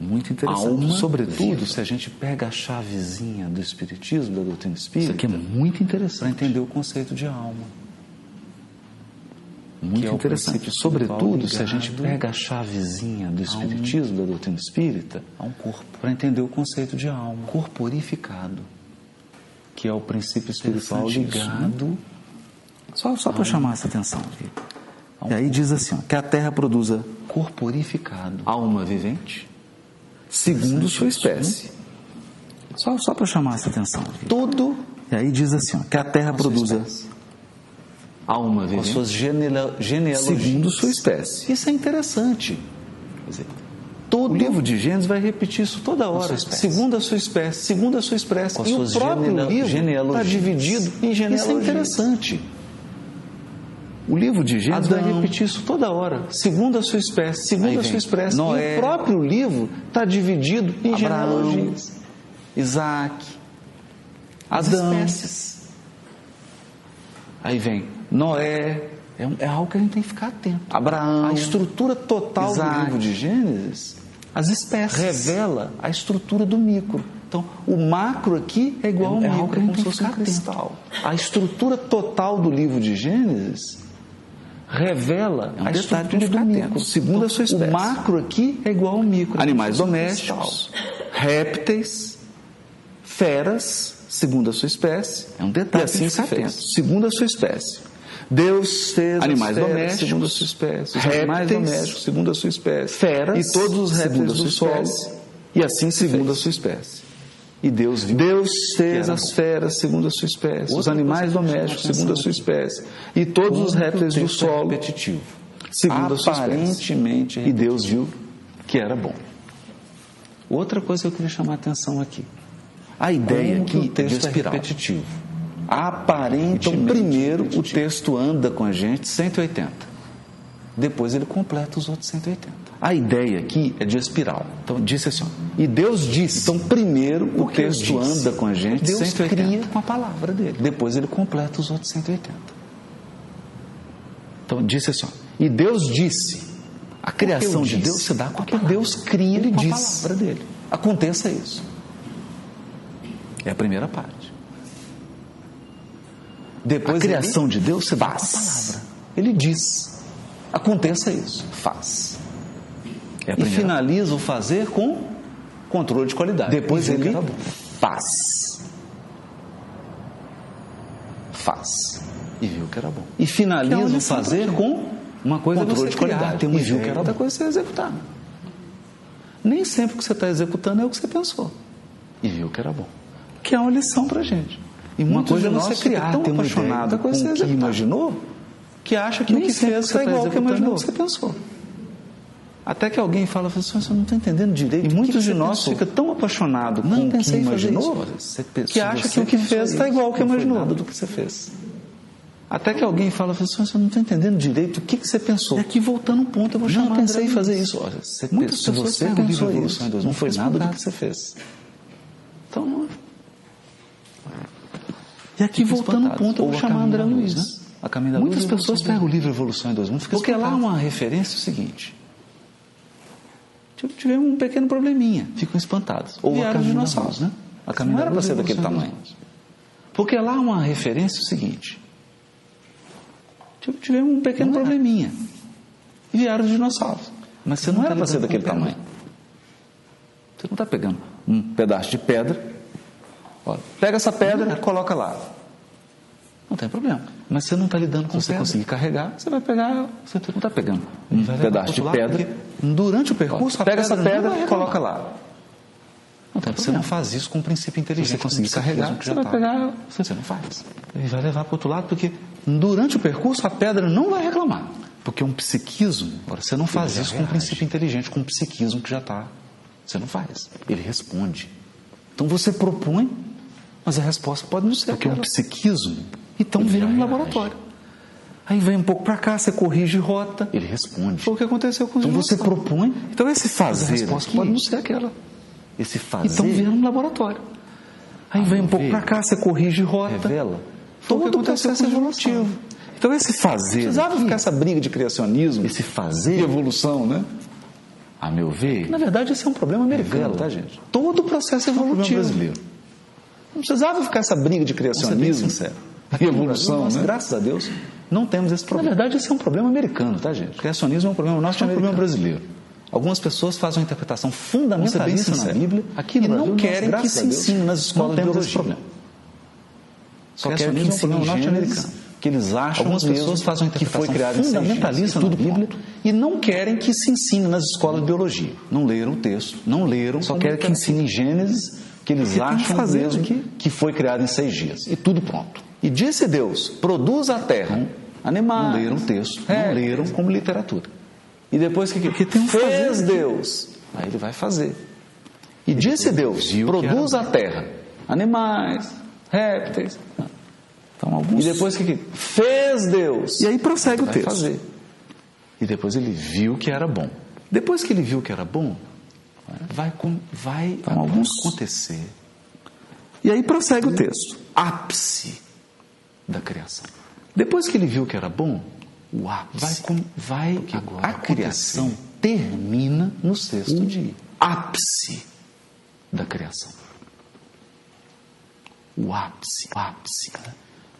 [SPEAKER 2] Muito interessante.
[SPEAKER 1] Alma,
[SPEAKER 2] Sobretudo,
[SPEAKER 1] sobretudo, se a gente pega a chavezinha do espiritismo, da doutrina
[SPEAKER 2] isso
[SPEAKER 1] espírita,
[SPEAKER 2] aqui é muito
[SPEAKER 1] para
[SPEAKER 2] interessante.
[SPEAKER 1] entender o conceito de alma.
[SPEAKER 2] Muito
[SPEAKER 1] que é o
[SPEAKER 2] interessante.
[SPEAKER 1] princípio Sobretudo, se a
[SPEAKER 2] ligado
[SPEAKER 1] gente pega a chavezinha do espiritismo, da doutrina espírita, a um corpo, para entender o conceito de alma, corporificado, que é o princípio espiritual
[SPEAKER 2] Interessante isso, né?
[SPEAKER 1] ligado.
[SPEAKER 2] Só, só para chamar essa atenção aqui.
[SPEAKER 1] um
[SPEAKER 2] E aí diz assim,
[SPEAKER 1] é
[SPEAKER 2] ó, que a terra produza
[SPEAKER 1] corporificado. Alma vivente?
[SPEAKER 2] segundo sua espécie. Só, só para chamar essa atenção aqui.
[SPEAKER 1] Tudo
[SPEAKER 2] E aí diz assim, ó, que a terra produza
[SPEAKER 1] é- alma vivente. Com suas genealo- genealogias.
[SPEAKER 2] segundo sua espécie.
[SPEAKER 1] Isso é interessante. Quer dizer, todo
[SPEAKER 2] O livro de Gênesis vai
[SPEAKER 1] repetir isso toda hora.
[SPEAKER 2] sua espécie.
[SPEAKER 1] Segundo a sua espécie, segundo a sua espécie.
[SPEAKER 2] Com
[SPEAKER 1] e
[SPEAKER 2] suas
[SPEAKER 1] o próprio
[SPEAKER 2] genea-
[SPEAKER 1] livro está
[SPEAKER 2] genealogias.
[SPEAKER 1] dividido em genealogias. Isso é interessante.
[SPEAKER 2] O livro de
[SPEAKER 1] Adão
[SPEAKER 2] Gênesis
[SPEAKER 1] vai
[SPEAKER 2] vai repetir.
[SPEAKER 1] repetir isso toda hora. Segundo a sua espécie, segundo
[SPEAKER 2] Aí
[SPEAKER 1] a sua
[SPEAKER 2] vem
[SPEAKER 1] espécie.
[SPEAKER 2] Noé.
[SPEAKER 1] E o próprio livro está dividido em
[SPEAKER 2] Abraão.
[SPEAKER 1] genealogias. Isaac, Adão. Aí vem Noé. É, um- é algo que a gente tem que ficar atento.
[SPEAKER 2] Abraão.
[SPEAKER 1] A estrutura total
[SPEAKER 2] Isaac.
[SPEAKER 1] do livro de Gênesis
[SPEAKER 2] As espécies.
[SPEAKER 1] revela a estrutura do micro. Então, o macro aqui é igual ao
[SPEAKER 2] É- é algo
[SPEAKER 1] micro,
[SPEAKER 2] que a gente
[SPEAKER 1] como se
[SPEAKER 2] tem que
[SPEAKER 1] fosse um
[SPEAKER 2] ficar atento.
[SPEAKER 1] cristal. A estrutura total do livro de Gênesis revela
[SPEAKER 2] É um
[SPEAKER 1] a
[SPEAKER 2] detalhe pra
[SPEAKER 1] estrutura
[SPEAKER 2] gente
[SPEAKER 1] do
[SPEAKER 2] ficar
[SPEAKER 1] micro.
[SPEAKER 2] atento, segundo
[SPEAKER 1] Então,
[SPEAKER 2] a sua espécie.
[SPEAKER 1] O macro aqui é igual ao micro.
[SPEAKER 2] Animais
[SPEAKER 1] como se fosse um
[SPEAKER 2] domésticos,
[SPEAKER 1] cristal.
[SPEAKER 2] répteis, feras, segundo a sua espécie.
[SPEAKER 1] É um detalhe
[SPEAKER 2] E assim
[SPEAKER 1] que a gente
[SPEAKER 2] se
[SPEAKER 1] fica
[SPEAKER 2] fez,
[SPEAKER 1] atento.
[SPEAKER 2] segundo a sua espécie.
[SPEAKER 1] Deus fez
[SPEAKER 2] Animais
[SPEAKER 1] as feras,
[SPEAKER 2] domésticos,
[SPEAKER 1] segundo a sua espécie, os
[SPEAKER 2] répteis,
[SPEAKER 1] animais domésticos segundo a sua espécie,
[SPEAKER 2] feras,
[SPEAKER 1] e todos os répteis
[SPEAKER 2] segundo a
[SPEAKER 1] do
[SPEAKER 2] sua
[SPEAKER 1] solo,
[SPEAKER 2] espécie,
[SPEAKER 1] e assim segundo
[SPEAKER 2] fez.
[SPEAKER 1] a sua espécie. E Deus viu Deus fez
[SPEAKER 2] era
[SPEAKER 1] as
[SPEAKER 2] bom.
[SPEAKER 1] feras segundo a sua espécie, os
[SPEAKER 2] Outra
[SPEAKER 1] animais
[SPEAKER 2] coisa que chama
[SPEAKER 1] domésticos
[SPEAKER 2] atenção
[SPEAKER 1] segundo a sua espécie, e todos os
[SPEAKER 2] Outro
[SPEAKER 1] répteis do
[SPEAKER 2] texto é
[SPEAKER 1] solo
[SPEAKER 2] repetitivo.
[SPEAKER 1] segundo a sua espécie.
[SPEAKER 2] Aparentemente
[SPEAKER 1] E
[SPEAKER 2] repetitivo.
[SPEAKER 1] Deus viu que era bom. Outra coisa que eu queria chamar a atenção aqui.
[SPEAKER 2] A ideia
[SPEAKER 1] Como que
[SPEAKER 2] aqui
[SPEAKER 1] o texto
[SPEAKER 2] de
[SPEAKER 1] é
[SPEAKER 2] espiral.
[SPEAKER 1] repetitivo? Aparentemente.
[SPEAKER 2] Então,
[SPEAKER 1] primeiro,
[SPEAKER 2] primeiro,
[SPEAKER 1] o texto anda com a gente 180. Depois, ele completa os outros 180.
[SPEAKER 2] A ideia aqui é de espiral.
[SPEAKER 1] Então, disse assim: ó, E Deus disse. Então, primeiro, o
[SPEAKER 2] Porque Deus
[SPEAKER 1] texto
[SPEAKER 2] disse.
[SPEAKER 1] anda com a gente
[SPEAKER 2] Deus
[SPEAKER 1] 180.
[SPEAKER 2] cria
[SPEAKER 1] com a palavra dele. Depois, ele completa os outros 180. Então, disse assim: ó, E Deus disse. A criação
[SPEAKER 2] eu
[SPEAKER 1] de
[SPEAKER 2] disse?
[SPEAKER 1] Deus se dá com a palavra. Deus cria e
[SPEAKER 2] com a
[SPEAKER 1] diz.
[SPEAKER 2] palavra
[SPEAKER 1] dele. Aconteça isso. É a primeira parte. Depois
[SPEAKER 2] A criação
[SPEAKER 1] de Deus se
[SPEAKER 2] com a
[SPEAKER 1] faz. Ele diz. Aconteça isso. Faz.
[SPEAKER 2] É a
[SPEAKER 1] e
[SPEAKER 2] primeira
[SPEAKER 1] finaliza o fazer com controle de qualidade. Depois
[SPEAKER 2] Ele
[SPEAKER 1] ele
[SPEAKER 2] tá bom.
[SPEAKER 1] faz. Faz. E viu que era bom. E finaliza
[SPEAKER 2] olha
[SPEAKER 1] o
[SPEAKER 2] só pra
[SPEAKER 1] fazer
[SPEAKER 2] quê?
[SPEAKER 1] com uma é. coisa
[SPEAKER 2] Controle
[SPEAKER 1] você é
[SPEAKER 2] de
[SPEAKER 1] criar,
[SPEAKER 2] qualidade,
[SPEAKER 1] Tem uma
[SPEAKER 2] e viu
[SPEAKER 1] ideia,
[SPEAKER 2] que era
[SPEAKER 1] outra
[SPEAKER 2] bom.
[SPEAKER 1] coisa você executar. Nem sempre o que você está executando é o que você pensou. E viu que era bom. Que é uma lição pra gente. E
[SPEAKER 2] Uma
[SPEAKER 1] muitos
[SPEAKER 2] coisa
[SPEAKER 1] de nós
[SPEAKER 2] nossa
[SPEAKER 1] você criar,
[SPEAKER 2] é
[SPEAKER 1] tão
[SPEAKER 2] ter uma
[SPEAKER 1] apaixonado
[SPEAKER 2] ideia
[SPEAKER 1] com
[SPEAKER 2] com
[SPEAKER 1] o
[SPEAKER 2] o que
[SPEAKER 1] que imaginou, que acha que
[SPEAKER 2] Nem
[SPEAKER 1] o que
[SPEAKER 2] sempre
[SPEAKER 1] fez
[SPEAKER 2] você
[SPEAKER 1] está
[SPEAKER 2] tá
[SPEAKER 1] igual ao que
[SPEAKER 2] executando
[SPEAKER 1] imaginou,
[SPEAKER 2] o
[SPEAKER 1] que
[SPEAKER 2] que
[SPEAKER 1] você pensou. Até que alguém fala, fala assim, você não está entendendo direito.
[SPEAKER 2] E
[SPEAKER 1] o que
[SPEAKER 2] muitos
[SPEAKER 1] que você
[SPEAKER 2] de nós
[SPEAKER 1] pensou?"
[SPEAKER 2] fica tão apaixonado
[SPEAKER 1] Não
[SPEAKER 2] com o que
[SPEAKER 1] pensei em fazer
[SPEAKER 2] imaginou
[SPEAKER 1] isso. Você pensou,
[SPEAKER 2] que acha que
[SPEAKER 1] você
[SPEAKER 2] o que
[SPEAKER 1] pensou
[SPEAKER 2] fez está
[SPEAKER 1] isso.
[SPEAKER 2] igual ao que
[SPEAKER 1] Não foi
[SPEAKER 2] imaginou.
[SPEAKER 1] nada do tá que você fez. Até que alguém fala, fala assim, você não está entendendo direito o que, que você pensou.
[SPEAKER 2] E aqui voltando um ponto, eu vou
[SPEAKER 1] não
[SPEAKER 2] chamar
[SPEAKER 1] pensei
[SPEAKER 2] André
[SPEAKER 1] em fazer
[SPEAKER 2] Luiz.
[SPEAKER 1] isso. Olha, você
[SPEAKER 2] Muitas
[SPEAKER 1] pensou,
[SPEAKER 2] pessoas
[SPEAKER 1] você
[SPEAKER 2] pegam
[SPEAKER 1] pensou
[SPEAKER 2] Livro
[SPEAKER 1] isso,
[SPEAKER 2] Evolução em dois
[SPEAKER 1] não
[SPEAKER 2] mil,
[SPEAKER 1] foi
[SPEAKER 2] foi
[SPEAKER 1] nada do
[SPEAKER 2] nada.
[SPEAKER 1] que você fez. Então, não-
[SPEAKER 2] E aqui voltando um
[SPEAKER 1] espantados.
[SPEAKER 2] ponto, eu
[SPEAKER 1] Ou
[SPEAKER 2] vou
[SPEAKER 1] a
[SPEAKER 2] chamar
[SPEAKER 1] Caminho
[SPEAKER 2] André
[SPEAKER 1] da
[SPEAKER 2] Luiz.
[SPEAKER 1] Luz, né? A Caminho da
[SPEAKER 2] Muitas
[SPEAKER 1] Luz,
[SPEAKER 2] pessoas
[SPEAKER 1] Evolução
[SPEAKER 2] pegam o livro Evolução em dois mundos, fica
[SPEAKER 1] Porque lá
[SPEAKER 2] espantado.
[SPEAKER 1] uma referência é o seguinte. Tive- Tivemos um pequeno probleminha.
[SPEAKER 2] ficam espantados.
[SPEAKER 1] Ou
[SPEAKER 2] Vieram
[SPEAKER 1] a
[SPEAKER 2] os
[SPEAKER 1] dinossauros, né?
[SPEAKER 2] A
[SPEAKER 1] Não
[SPEAKER 2] caminhada
[SPEAKER 1] era para ser daquele tamanho. Porque lá uma referência é o seguinte. Tive- Tivemos um pequeno
[SPEAKER 2] Não era.
[SPEAKER 1] probleminha. Vieram os dinossauros. Mas você não,
[SPEAKER 2] Não
[SPEAKER 1] era
[SPEAKER 2] tá
[SPEAKER 1] para ser
[SPEAKER 2] lidando
[SPEAKER 1] daquele
[SPEAKER 2] com pedra.
[SPEAKER 1] tamanho. Você não está pegando um pedaço de pedra. Olha, pega essa pedra e coloca lá. Não tem problema.
[SPEAKER 2] Mas você não está lidando com
[SPEAKER 1] Se você
[SPEAKER 2] pedra.
[SPEAKER 1] conseguir carregar, você vai pegar. Você não está pegando
[SPEAKER 2] Não
[SPEAKER 1] um
[SPEAKER 2] vai levar
[SPEAKER 1] pedaço
[SPEAKER 2] pro
[SPEAKER 1] de
[SPEAKER 2] outro lado,
[SPEAKER 1] pedra.
[SPEAKER 2] porque Durante o percurso, a
[SPEAKER 1] pega essa
[SPEAKER 2] não
[SPEAKER 1] pedra
[SPEAKER 2] vai
[SPEAKER 1] e
[SPEAKER 2] reclamar.
[SPEAKER 1] coloca lá. Não tem
[SPEAKER 2] Você não
[SPEAKER 1] problema.
[SPEAKER 2] faz isso com um princípio inteligente.
[SPEAKER 1] Se você conseguir
[SPEAKER 2] Isso aqui é
[SPEAKER 1] carregar,
[SPEAKER 2] o que
[SPEAKER 1] você
[SPEAKER 2] já
[SPEAKER 1] vai
[SPEAKER 2] tá.
[SPEAKER 1] pegar. Você não faz.
[SPEAKER 2] Ele vai levar para outro lado, porque durante o percurso a pedra não vai reclamar.
[SPEAKER 1] Porque é um psiquismo.
[SPEAKER 2] Agora, você não faz
[SPEAKER 1] já
[SPEAKER 2] isso com um
[SPEAKER 1] reage.
[SPEAKER 2] princípio inteligente, com um psiquismo que já está.
[SPEAKER 1] Você não faz. Ele responde. Então você propõe, mas a resposta pode não ser
[SPEAKER 2] Porque é um
[SPEAKER 1] aquela.
[SPEAKER 2] psiquismo.
[SPEAKER 1] Então
[SPEAKER 2] Ele
[SPEAKER 1] vira
[SPEAKER 2] já
[SPEAKER 1] um
[SPEAKER 2] reage.
[SPEAKER 1] laboratório.
[SPEAKER 2] Aí vem um pouco para cá, você corrige rota.
[SPEAKER 1] Ele responde.
[SPEAKER 2] Foi o que aconteceu com os
[SPEAKER 1] Então você
[SPEAKER 2] dinossauros.
[SPEAKER 1] propõe,
[SPEAKER 2] Então esse
[SPEAKER 1] mas a
[SPEAKER 2] fazer
[SPEAKER 1] resposta
[SPEAKER 2] aqui,
[SPEAKER 1] pode não ser aquela. Esse fazer Ah,
[SPEAKER 2] Então vira
[SPEAKER 1] um laboratório.
[SPEAKER 2] aí vem um pouco
[SPEAKER 1] Revela.
[SPEAKER 2] para cá, você corrige rota.
[SPEAKER 1] Revela
[SPEAKER 2] Foi o
[SPEAKER 1] todo
[SPEAKER 2] que
[SPEAKER 1] o
[SPEAKER 2] aconteceu
[SPEAKER 1] processo é
[SPEAKER 2] com os dinossauros.
[SPEAKER 1] evolutivo.
[SPEAKER 2] Então esse fazer
[SPEAKER 1] Precisava
[SPEAKER 2] aqui,
[SPEAKER 1] ficar essa briga de criacionismo,
[SPEAKER 2] esse fazer,
[SPEAKER 1] de evolução, né?
[SPEAKER 2] a meu ver,
[SPEAKER 1] Na verdade, esse é um problema americano,
[SPEAKER 2] Revela.
[SPEAKER 1] tá, gente? Todo o processo é
[SPEAKER 2] problema
[SPEAKER 1] evolutivo.
[SPEAKER 2] brasileiro.
[SPEAKER 1] Não precisava ficar essa briga de criacionismo e evolução,
[SPEAKER 2] Nós,
[SPEAKER 1] né?
[SPEAKER 2] graças a Deus, não temos esse
[SPEAKER 1] Na
[SPEAKER 2] problema.
[SPEAKER 1] verdade, esse é um problema americano, tá, gente? Criacionismo é um problema nosso, é um problema brasileiro.
[SPEAKER 2] Algumas pessoas fazem uma interpretação
[SPEAKER 1] Vamos ser bem
[SPEAKER 2] fundamentalista na
[SPEAKER 1] sinceros.
[SPEAKER 2] Bíblia
[SPEAKER 1] Aqui no
[SPEAKER 2] e não
[SPEAKER 1] Brasil, nós,
[SPEAKER 2] querem que
[SPEAKER 1] graças a
[SPEAKER 2] se
[SPEAKER 1] Deus,
[SPEAKER 2] ensine nas
[SPEAKER 1] não
[SPEAKER 2] escolas de
[SPEAKER 1] temos esse
[SPEAKER 2] biologia.
[SPEAKER 1] problema.
[SPEAKER 2] Só querem
[SPEAKER 1] Criacionismo é
[SPEAKER 2] que
[SPEAKER 1] um
[SPEAKER 2] ensine
[SPEAKER 1] problema norte-americano.
[SPEAKER 2] norte-americano.
[SPEAKER 1] Que eles acham
[SPEAKER 2] Algumas
[SPEAKER 1] mesmo
[SPEAKER 2] pessoas fazem uma
[SPEAKER 1] que foi
[SPEAKER 2] interpretação
[SPEAKER 1] criado em seis dias,
[SPEAKER 2] fundamentalista
[SPEAKER 1] e tudo
[SPEAKER 2] na Bíblia
[SPEAKER 1] pronto.
[SPEAKER 2] e não querem que se ensine nas escolas de biologia.
[SPEAKER 1] Não leram o texto,
[SPEAKER 2] Não leram,
[SPEAKER 1] só querem que ensine em Gênesis que eles
[SPEAKER 2] Porque tem que
[SPEAKER 1] acham
[SPEAKER 2] fazer
[SPEAKER 1] mesmo
[SPEAKER 2] aqui.
[SPEAKER 1] que foi criado em seis dias. E tudo pronto. E disse Deus, produz a terra animais.
[SPEAKER 2] Não leram o texto, não
[SPEAKER 1] É.
[SPEAKER 2] leram como literatura.
[SPEAKER 1] E depois o que,
[SPEAKER 2] Porque tem um fazer
[SPEAKER 1] fez
[SPEAKER 2] aqui.
[SPEAKER 1] Deus. Aí ele vai fazer. E disse Deus,
[SPEAKER 2] viu que
[SPEAKER 1] produz
[SPEAKER 2] era
[SPEAKER 1] a terra animais, répteis.
[SPEAKER 2] Então,
[SPEAKER 1] E
[SPEAKER 2] alguns...
[SPEAKER 1] depois o que, que fez Deus.
[SPEAKER 2] E aí prossegue o
[SPEAKER 1] vai
[SPEAKER 2] texto.
[SPEAKER 1] fazer. E depois ele viu que era bom. Depois que ele viu que era bom, vai, com- vai
[SPEAKER 2] Então, alguns-
[SPEAKER 1] acontecer né?
[SPEAKER 2] E aí prossegue o texto.
[SPEAKER 1] ápice da criação. Depois que ele viu que era bom, o ápice. Vai, com- vai
[SPEAKER 2] agora Hum.
[SPEAKER 1] a, a criação termina no sexto dia. Ápice da criação. O ápice, o ápice. né?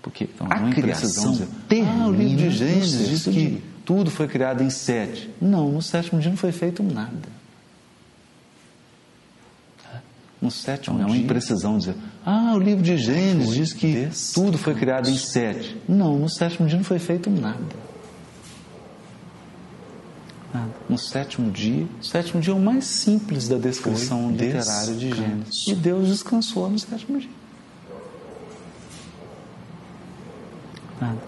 [SPEAKER 1] Porque
[SPEAKER 2] a
[SPEAKER 1] a
[SPEAKER 2] criação
[SPEAKER 1] criação
[SPEAKER 2] termina
[SPEAKER 1] é Ah, o livro de
[SPEAKER 2] no
[SPEAKER 1] Gênesis
[SPEAKER 2] sexto
[SPEAKER 1] diz que
[SPEAKER 2] dia.
[SPEAKER 1] tudo foi criado em sete. Não, no sétimo dia não foi feito nada. No sétimo
[SPEAKER 2] Então, é uma
[SPEAKER 1] dia-
[SPEAKER 2] imprecisão dizer,
[SPEAKER 1] ah, o livro de Gênesis diz que
[SPEAKER 2] descanso.
[SPEAKER 1] tudo foi criado em sete. Não, no sétimo dia não foi feito nada. Nada. No sétimo dia, o sétimo dia é o mais simples da descrição
[SPEAKER 2] Foi
[SPEAKER 1] literária de
[SPEAKER 2] descanso.
[SPEAKER 1] Gênesis. E Deus descansou no sétimo dia. Nada.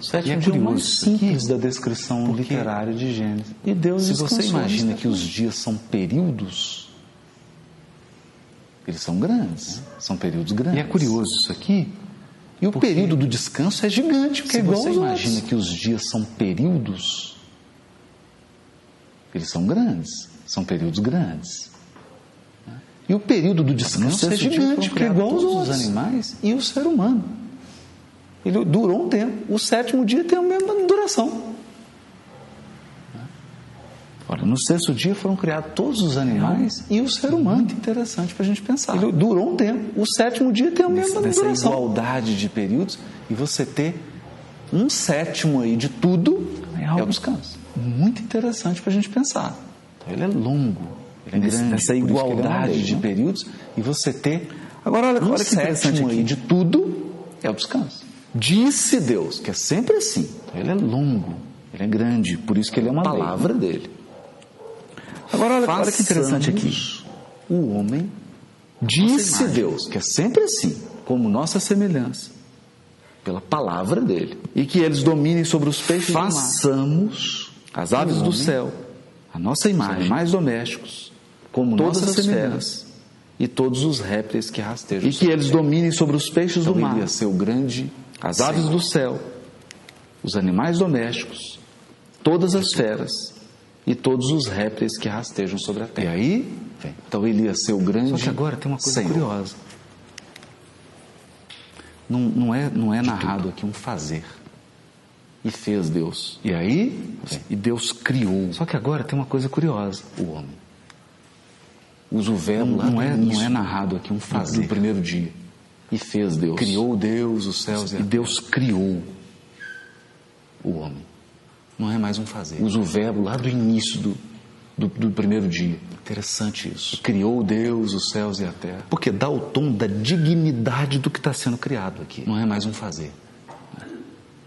[SPEAKER 1] O sétimo
[SPEAKER 2] E é
[SPEAKER 1] dia é o mais
[SPEAKER 2] curioso isso aqui,
[SPEAKER 1] simples da descrição
[SPEAKER 2] porque
[SPEAKER 1] literária de Gênesis. E Deus
[SPEAKER 2] se
[SPEAKER 1] descansou
[SPEAKER 2] você
[SPEAKER 1] no
[SPEAKER 2] imagina
[SPEAKER 1] sétimo
[SPEAKER 2] que os dias são períodos,
[SPEAKER 1] Eles são grandes, né? são períodos grandes.
[SPEAKER 2] e é curioso isso aqui,
[SPEAKER 1] E o
[SPEAKER 2] porque
[SPEAKER 1] período do descanso é gigante, porque
[SPEAKER 2] se
[SPEAKER 1] é igual
[SPEAKER 2] você
[SPEAKER 1] aos
[SPEAKER 2] imagina
[SPEAKER 1] outros.
[SPEAKER 2] que os dias são períodos,
[SPEAKER 1] Eles são grandes, são períodos grandes. E o período do descanso é
[SPEAKER 2] sexto dia
[SPEAKER 1] gigante,
[SPEAKER 2] foram
[SPEAKER 1] porque é igual aos
[SPEAKER 2] criados todos os
[SPEAKER 1] outros. animais e o ser humano. Ele durou um tempo. O sétimo dia tem a mesma duração.
[SPEAKER 2] Olha,
[SPEAKER 1] no sexto dia foram criados todos os animais e o ser humano. Muito interessante para a gente pensar. Ele durou um tempo. O sétimo dia tem a
[SPEAKER 2] Nesse-
[SPEAKER 1] mesma
[SPEAKER 2] nessa
[SPEAKER 1] duração.
[SPEAKER 2] igualdade
[SPEAKER 1] de períodos e você ter um sétimo aí de tudo é,
[SPEAKER 2] algo
[SPEAKER 1] o descanso. Muito interessante para a gente pensar. Então, ele é longo, ele é
[SPEAKER 2] Nesse-
[SPEAKER 1] grande,
[SPEAKER 2] nessa
[SPEAKER 1] por isso que ele é uma
[SPEAKER 2] igualdade
[SPEAKER 1] lei,
[SPEAKER 2] de
[SPEAKER 1] né? períodos e você ter
[SPEAKER 2] Agora, olha-
[SPEAKER 1] um
[SPEAKER 2] olha que interessante
[SPEAKER 1] sétimo
[SPEAKER 2] aqui.
[SPEAKER 1] aí de tudo é o descanso. Disse Deus, que é sempre assim. Então, ele é longo, ele é grande, por isso que ele é uma palavra dele.
[SPEAKER 2] Agora, olha, olha que interessante aqui.
[SPEAKER 1] Façamos O homem disse Deus, que é sempre assim, como nossa semelhança, pela palavra dele, e que eles dominem sobre os peixes Façamos as aves do céu, a nossa imagem, mais domésticos, como
[SPEAKER 2] Todas
[SPEAKER 1] nossas
[SPEAKER 2] as
[SPEAKER 1] semelhanças, e todos os répteis que rastejam. E que eles dominem sobre os peixes
[SPEAKER 2] Então,
[SPEAKER 1] do mar,
[SPEAKER 2] ele ia ser o grande
[SPEAKER 1] as aves do céu, os animais domésticos, todas as feras e todos os répteis que rastejam sobre a terra. E aí, então ele ia ser o grande.
[SPEAKER 2] Só que agora tem uma coisa
[SPEAKER 1] Senhor.
[SPEAKER 2] curiosa.
[SPEAKER 1] Não, não é, não é narrado aqui um fazer. E fez Deus. E aí, e Deus criou
[SPEAKER 2] Só que agora tem uma coisa curiosa.
[SPEAKER 1] o homem. Usa o verbo lá
[SPEAKER 2] Não, não
[SPEAKER 1] do
[SPEAKER 2] é, não
[SPEAKER 1] início,
[SPEAKER 2] é narrado aqui um fazer.
[SPEAKER 1] no primeiro dia. E fez Deus.
[SPEAKER 2] Criou Deus, os céus e a
[SPEAKER 1] E Deus criou o homem.
[SPEAKER 2] Não é mais um fazer.
[SPEAKER 1] Usa o verbo lá do início do, do, do primeiro dia. Interessante isso.
[SPEAKER 2] Criou Deus, os céus e a terra.
[SPEAKER 1] Porque dá o tom da dignidade do que está sendo criado aqui.
[SPEAKER 2] Não é mais um fazer.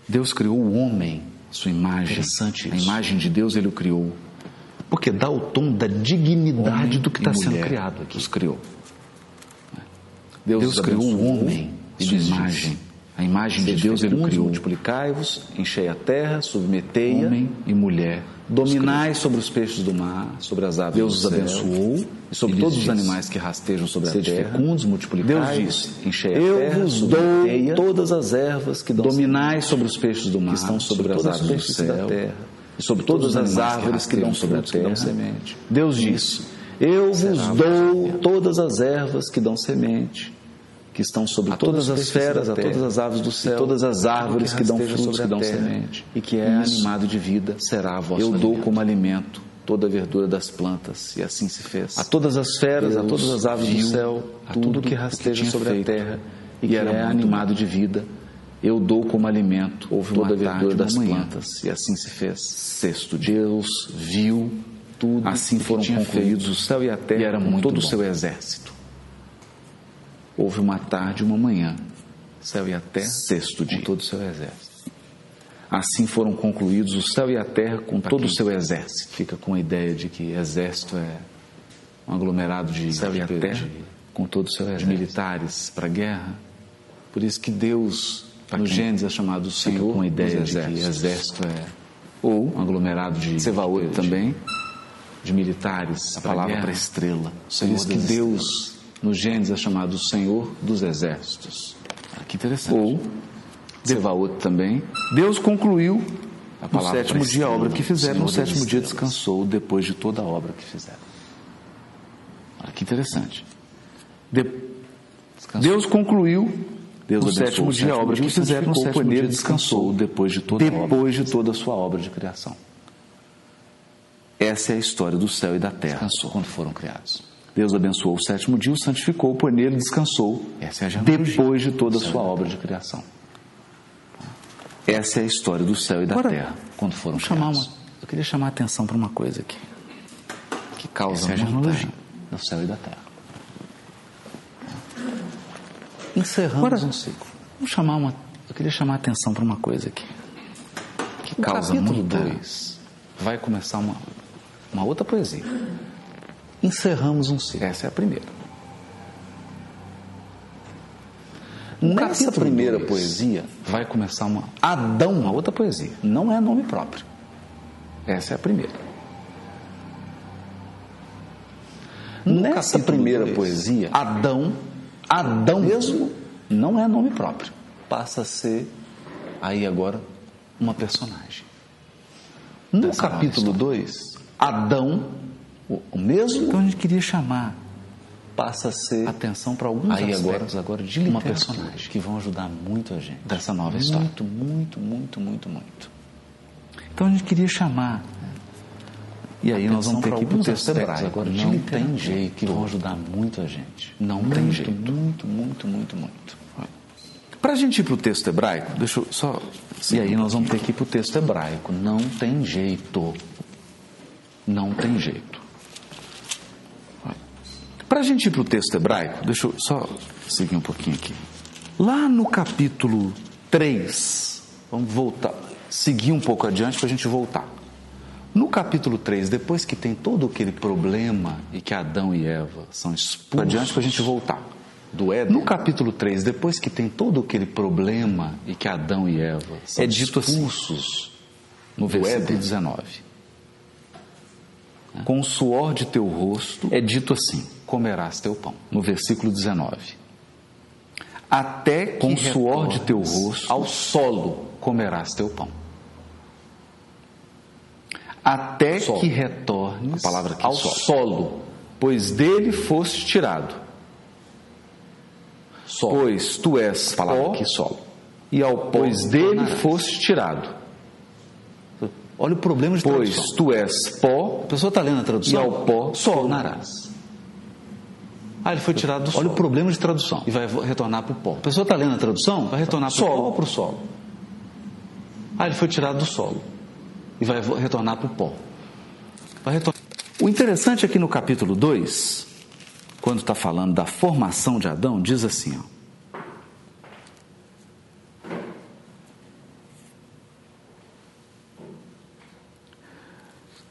[SPEAKER 1] Deus criou o homem, sua imagem.
[SPEAKER 2] Interessante
[SPEAKER 1] A
[SPEAKER 2] isso.
[SPEAKER 1] imagem de Deus ele o criou. Porque dá o tom da dignidade
[SPEAKER 2] Homem
[SPEAKER 1] do que
[SPEAKER 2] e
[SPEAKER 1] está sendo
[SPEAKER 2] mulher
[SPEAKER 1] criado aqui.
[SPEAKER 2] os criou.
[SPEAKER 1] Deus,
[SPEAKER 2] Deus
[SPEAKER 1] criou
[SPEAKER 2] abençoou
[SPEAKER 1] o homem e
[SPEAKER 2] sua
[SPEAKER 1] lhes disse,
[SPEAKER 2] imagem. A imagem de
[SPEAKER 1] De Deus ele
[SPEAKER 2] criou
[SPEAKER 1] criou. Multiplicai-vos, enchei a terra, submetei-a,
[SPEAKER 2] homem e mulher.
[SPEAKER 1] dominai sobre os peixes do mar, sobre as aves
[SPEAKER 2] Deus
[SPEAKER 1] do
[SPEAKER 2] os
[SPEAKER 1] céu,
[SPEAKER 2] abençoou
[SPEAKER 1] e sobre
[SPEAKER 2] e lhes
[SPEAKER 1] todos os
[SPEAKER 2] disse,
[SPEAKER 1] animais que rastejam sobre a
[SPEAKER 2] Sede
[SPEAKER 1] terra.
[SPEAKER 2] fecundos,
[SPEAKER 1] Deus
[SPEAKER 2] multiplicai
[SPEAKER 1] disse,
[SPEAKER 2] enchei a
[SPEAKER 1] eu
[SPEAKER 2] terra,
[SPEAKER 1] vos dou
[SPEAKER 2] submetei-a,
[SPEAKER 1] todas as ervas que dão
[SPEAKER 2] dominai
[SPEAKER 1] sobre os peixes do mar, que estão sobre, as
[SPEAKER 2] todas as
[SPEAKER 1] aves do
[SPEAKER 2] peixes da
[SPEAKER 1] céu,
[SPEAKER 2] terra,
[SPEAKER 1] e sobre todas,
[SPEAKER 2] todos os
[SPEAKER 1] as
[SPEAKER 2] animais que
[SPEAKER 1] árvores que,
[SPEAKER 2] rastejam
[SPEAKER 1] dão sobre a
[SPEAKER 2] frutos que
[SPEAKER 1] terra.
[SPEAKER 2] dão semente.
[SPEAKER 1] Deus disse, eu vos
[SPEAKER 2] será a
[SPEAKER 1] dou
[SPEAKER 2] vossa terra.
[SPEAKER 1] todas as ervas que dão semente, que estão sobre
[SPEAKER 2] A
[SPEAKER 1] todas
[SPEAKER 2] todas
[SPEAKER 1] as
[SPEAKER 2] as peixes
[SPEAKER 1] feras,
[SPEAKER 2] da
[SPEAKER 1] a todas
[SPEAKER 2] terra,
[SPEAKER 1] as aves do céu,
[SPEAKER 2] e
[SPEAKER 1] todas as árvores que, dão
[SPEAKER 2] rasteja
[SPEAKER 1] frutos,
[SPEAKER 2] sobre
[SPEAKER 1] que
[SPEAKER 2] a
[SPEAKER 1] dão
[SPEAKER 2] terra,
[SPEAKER 1] semente,
[SPEAKER 2] e que é
[SPEAKER 1] Isso
[SPEAKER 2] animado de vida,
[SPEAKER 1] será a vossa
[SPEAKER 2] eu
[SPEAKER 1] Eu
[SPEAKER 2] dou
[SPEAKER 1] dou como alimento toda a verdura das plantas, e assim se fez. A todas as feras, a
[SPEAKER 2] Deus
[SPEAKER 1] todas as aves do
[SPEAKER 2] viu
[SPEAKER 1] céu, a tudo que rasteja
[SPEAKER 2] tinha
[SPEAKER 1] sobre
[SPEAKER 2] feito,
[SPEAKER 1] a terra e
[SPEAKER 2] e
[SPEAKER 1] que
[SPEAKER 2] era
[SPEAKER 1] é
[SPEAKER 2] muito
[SPEAKER 1] animado de vida, eu dou como alimento toda a
[SPEAKER 2] uma tarde,
[SPEAKER 1] verdura
[SPEAKER 2] uma
[SPEAKER 1] das
[SPEAKER 2] manhã.
[SPEAKER 1] plantas, e assim se fez. Sexto dia. Deus viu tudo, assim
[SPEAKER 2] o que
[SPEAKER 1] foram
[SPEAKER 2] tinha
[SPEAKER 1] concluídos o céu e a terra
[SPEAKER 2] e era
[SPEAKER 1] com
[SPEAKER 2] muito
[SPEAKER 1] todo o
[SPEAKER 2] bom.
[SPEAKER 1] seu exército. Houve uma tarde e uma manhã,
[SPEAKER 2] céu e a terra,
[SPEAKER 1] sexto dia.
[SPEAKER 2] com todo o seu exército.
[SPEAKER 1] Assim foram concluídos o céu e a terra com todo o
[SPEAKER 2] quem
[SPEAKER 1] seu exército. Fica com a ideia de que exército é um aglomerado de,
[SPEAKER 2] Céu e a
[SPEAKER 1] de-
[SPEAKER 2] terra,
[SPEAKER 1] de- com todo o seu
[SPEAKER 2] de
[SPEAKER 1] exército. militares para a guerra. Por isso que Deus,
[SPEAKER 2] Pra
[SPEAKER 1] no
[SPEAKER 2] quem
[SPEAKER 1] Gênesis, é chamado Senhor
[SPEAKER 2] com a ideia
[SPEAKER 1] dos
[SPEAKER 2] de que
[SPEAKER 1] exércitos. exército é ou um aglomerado de
[SPEAKER 2] Tsevaot
[SPEAKER 1] de-
[SPEAKER 2] também.
[SPEAKER 1] de militares. A
[SPEAKER 2] palavra pra
[SPEAKER 1] estrela. Por
[SPEAKER 2] Senhor
[SPEAKER 1] isso que
[SPEAKER 2] das
[SPEAKER 1] Deus, no Gênesis, é chamado Senhor dos Exércitos.
[SPEAKER 2] Ah, que interessante.
[SPEAKER 1] Ou Zevaot também. Deus concluiu
[SPEAKER 2] A
[SPEAKER 1] no
[SPEAKER 2] palavra
[SPEAKER 1] sétimo
[SPEAKER 2] para
[SPEAKER 1] dia a obra que
[SPEAKER 2] estrela,
[SPEAKER 1] fizeram. No
[SPEAKER 2] Senhor das
[SPEAKER 1] sétimo dia
[SPEAKER 2] estrelas.
[SPEAKER 1] descansou depois de toda a obra que fizeram.
[SPEAKER 2] Ah, que interessante.
[SPEAKER 1] De- Deus concluiu
[SPEAKER 2] Deus
[SPEAKER 1] no
[SPEAKER 2] abençoou
[SPEAKER 1] sétimo
[SPEAKER 2] o
[SPEAKER 1] dia a
[SPEAKER 2] sétimo
[SPEAKER 1] obra
[SPEAKER 2] dia
[SPEAKER 1] que
[SPEAKER 2] e
[SPEAKER 1] fizeram. No
[SPEAKER 2] santificou,
[SPEAKER 1] sétimo
[SPEAKER 2] foi
[SPEAKER 1] dia
[SPEAKER 2] nele
[SPEAKER 1] descansou
[SPEAKER 2] descansou
[SPEAKER 1] depois de toda
[SPEAKER 2] a
[SPEAKER 1] depois de toda a sua obra de criação. Essa é a história do céu e da terra
[SPEAKER 2] Descansou.
[SPEAKER 1] quando foram criados. Deus abençoou o sétimo dia, o santificou, por nele descansou.
[SPEAKER 2] Essa é a genealogia.
[SPEAKER 1] depois de toda a
[SPEAKER 2] Céu e
[SPEAKER 1] sua
[SPEAKER 2] da
[SPEAKER 1] obra de criação. Essa é a história do céu e da
[SPEAKER 2] Agora,
[SPEAKER 1] terra quando foram
[SPEAKER 2] Vamos chamar
[SPEAKER 1] criados.
[SPEAKER 2] uma, eu queria chamar a atenção para uma coisa aqui.
[SPEAKER 1] que causa
[SPEAKER 2] Essa é a
[SPEAKER 1] montanha
[SPEAKER 2] genealogia.
[SPEAKER 1] do céu e da terra. Encerramos
[SPEAKER 2] Agora,
[SPEAKER 1] um ciclo.
[SPEAKER 2] Vamos chamar uma, eu queria chamar a atenção para uma coisa aqui.
[SPEAKER 1] Que
[SPEAKER 2] o
[SPEAKER 1] causa
[SPEAKER 2] Um capítulo
[SPEAKER 1] montanha.
[SPEAKER 2] dois
[SPEAKER 1] Vai começar uma, uma outra poesia. Encerramos um ciclo. Essa é a primeira. Nessa
[SPEAKER 2] Um capítulo
[SPEAKER 1] primeira
[SPEAKER 2] dois.
[SPEAKER 1] poesia vai começar uma Adão, uma outra poesia. Não é nome próprio. Essa é a primeira. Nessa
[SPEAKER 2] capítulo
[SPEAKER 1] primeira
[SPEAKER 2] dois.
[SPEAKER 1] poesia, Adão, Adão mesmo, não é nome próprio. Passa a ser aí agora uma personagem. No
[SPEAKER 2] Dessa nova
[SPEAKER 1] capítulo
[SPEAKER 2] história.
[SPEAKER 1] 2, Adão, o o mesmo,
[SPEAKER 2] Então a gente queria chamar
[SPEAKER 1] passa a
[SPEAKER 2] a
[SPEAKER 1] ser
[SPEAKER 2] atenção para alguns
[SPEAKER 1] aí agora,
[SPEAKER 2] aspectos agora de
[SPEAKER 1] uma
[SPEAKER 2] literatura
[SPEAKER 1] personagem que vão ajudar muito a gente
[SPEAKER 2] dessa nova história.
[SPEAKER 1] Muito, muito, muito, muito, muito.
[SPEAKER 2] Então a gente queria chamar.
[SPEAKER 1] E aí nós vamos ter que ir para o
[SPEAKER 2] alguns
[SPEAKER 1] texto
[SPEAKER 2] aspectos
[SPEAKER 1] hebraico.
[SPEAKER 2] agora de
[SPEAKER 1] não
[SPEAKER 2] literatura.
[SPEAKER 1] tem jeito. Que vão ajudar muito a gente. Não tem
[SPEAKER 2] tem
[SPEAKER 1] jeito.
[SPEAKER 2] jeito.
[SPEAKER 1] Muito, muito, muito, muito.
[SPEAKER 2] Para a gente ir para o texto hebraico, deixa eu só.
[SPEAKER 1] E aí nós vamos ter que ir para o texto hebraico. Não tem jeito. Não tem jeito.
[SPEAKER 2] Para a gente ir para o texto hebraico, deixa eu só seguir um pouquinho aqui. Lá no capítulo 3,
[SPEAKER 1] Vamos voltar, seguir um pouco adiante para a gente voltar. No capítulo 3, depois que tem todo aquele problema e que Adão e Eva são expulsos.
[SPEAKER 2] adiante pra gente
[SPEAKER 1] voltar. Do Éden. No capítulo 3, depois que tem todo aquele problema e que Adão e Eva são
[SPEAKER 2] É dito assim,
[SPEAKER 1] expulsos no
[SPEAKER 2] do
[SPEAKER 1] versículo
[SPEAKER 2] Éden.
[SPEAKER 1] 19. Com o suor de teu rosto
[SPEAKER 2] é dito assim,
[SPEAKER 1] comerás teu pão.
[SPEAKER 2] no versículo 19:
[SPEAKER 1] Até que com o suor de teu
[SPEAKER 2] retornes
[SPEAKER 1] rosto ao solo comerás teu pão. Até
[SPEAKER 2] Solo.
[SPEAKER 1] que retornes
[SPEAKER 2] A palavra aqui,
[SPEAKER 1] ao solo.
[SPEAKER 2] solo.
[SPEAKER 1] pois dele foste tirado.
[SPEAKER 2] Solo.
[SPEAKER 1] Pois tu és
[SPEAKER 2] A palavra
[SPEAKER 1] pó,
[SPEAKER 2] aqui, solo.
[SPEAKER 1] e ao pois
[SPEAKER 2] te
[SPEAKER 1] dele
[SPEAKER 2] tornarás.
[SPEAKER 1] foste tirado.
[SPEAKER 2] Olha o problema de
[SPEAKER 1] Pois
[SPEAKER 2] tradução.
[SPEAKER 1] tu és pó,
[SPEAKER 2] A pessoa está lendo a tradução.
[SPEAKER 1] e ao pó
[SPEAKER 2] Solo.
[SPEAKER 1] tornarás. Ah, ele foi tirado do
[SPEAKER 2] Olha
[SPEAKER 1] solo.
[SPEAKER 2] o problema de tradução.
[SPEAKER 1] E vai vo- retornar para o pó.
[SPEAKER 2] A pessoa está lendo a tradução,
[SPEAKER 1] Vai retornar para o
[SPEAKER 2] solo.
[SPEAKER 1] pó ou para o solo? Ah, ele foi tirado do solo. E vai vo- retornar para o pó. Vai retornar.
[SPEAKER 2] O interessante aqui no capítulo 2, quando está falando da formação de Adão, diz assim: ó,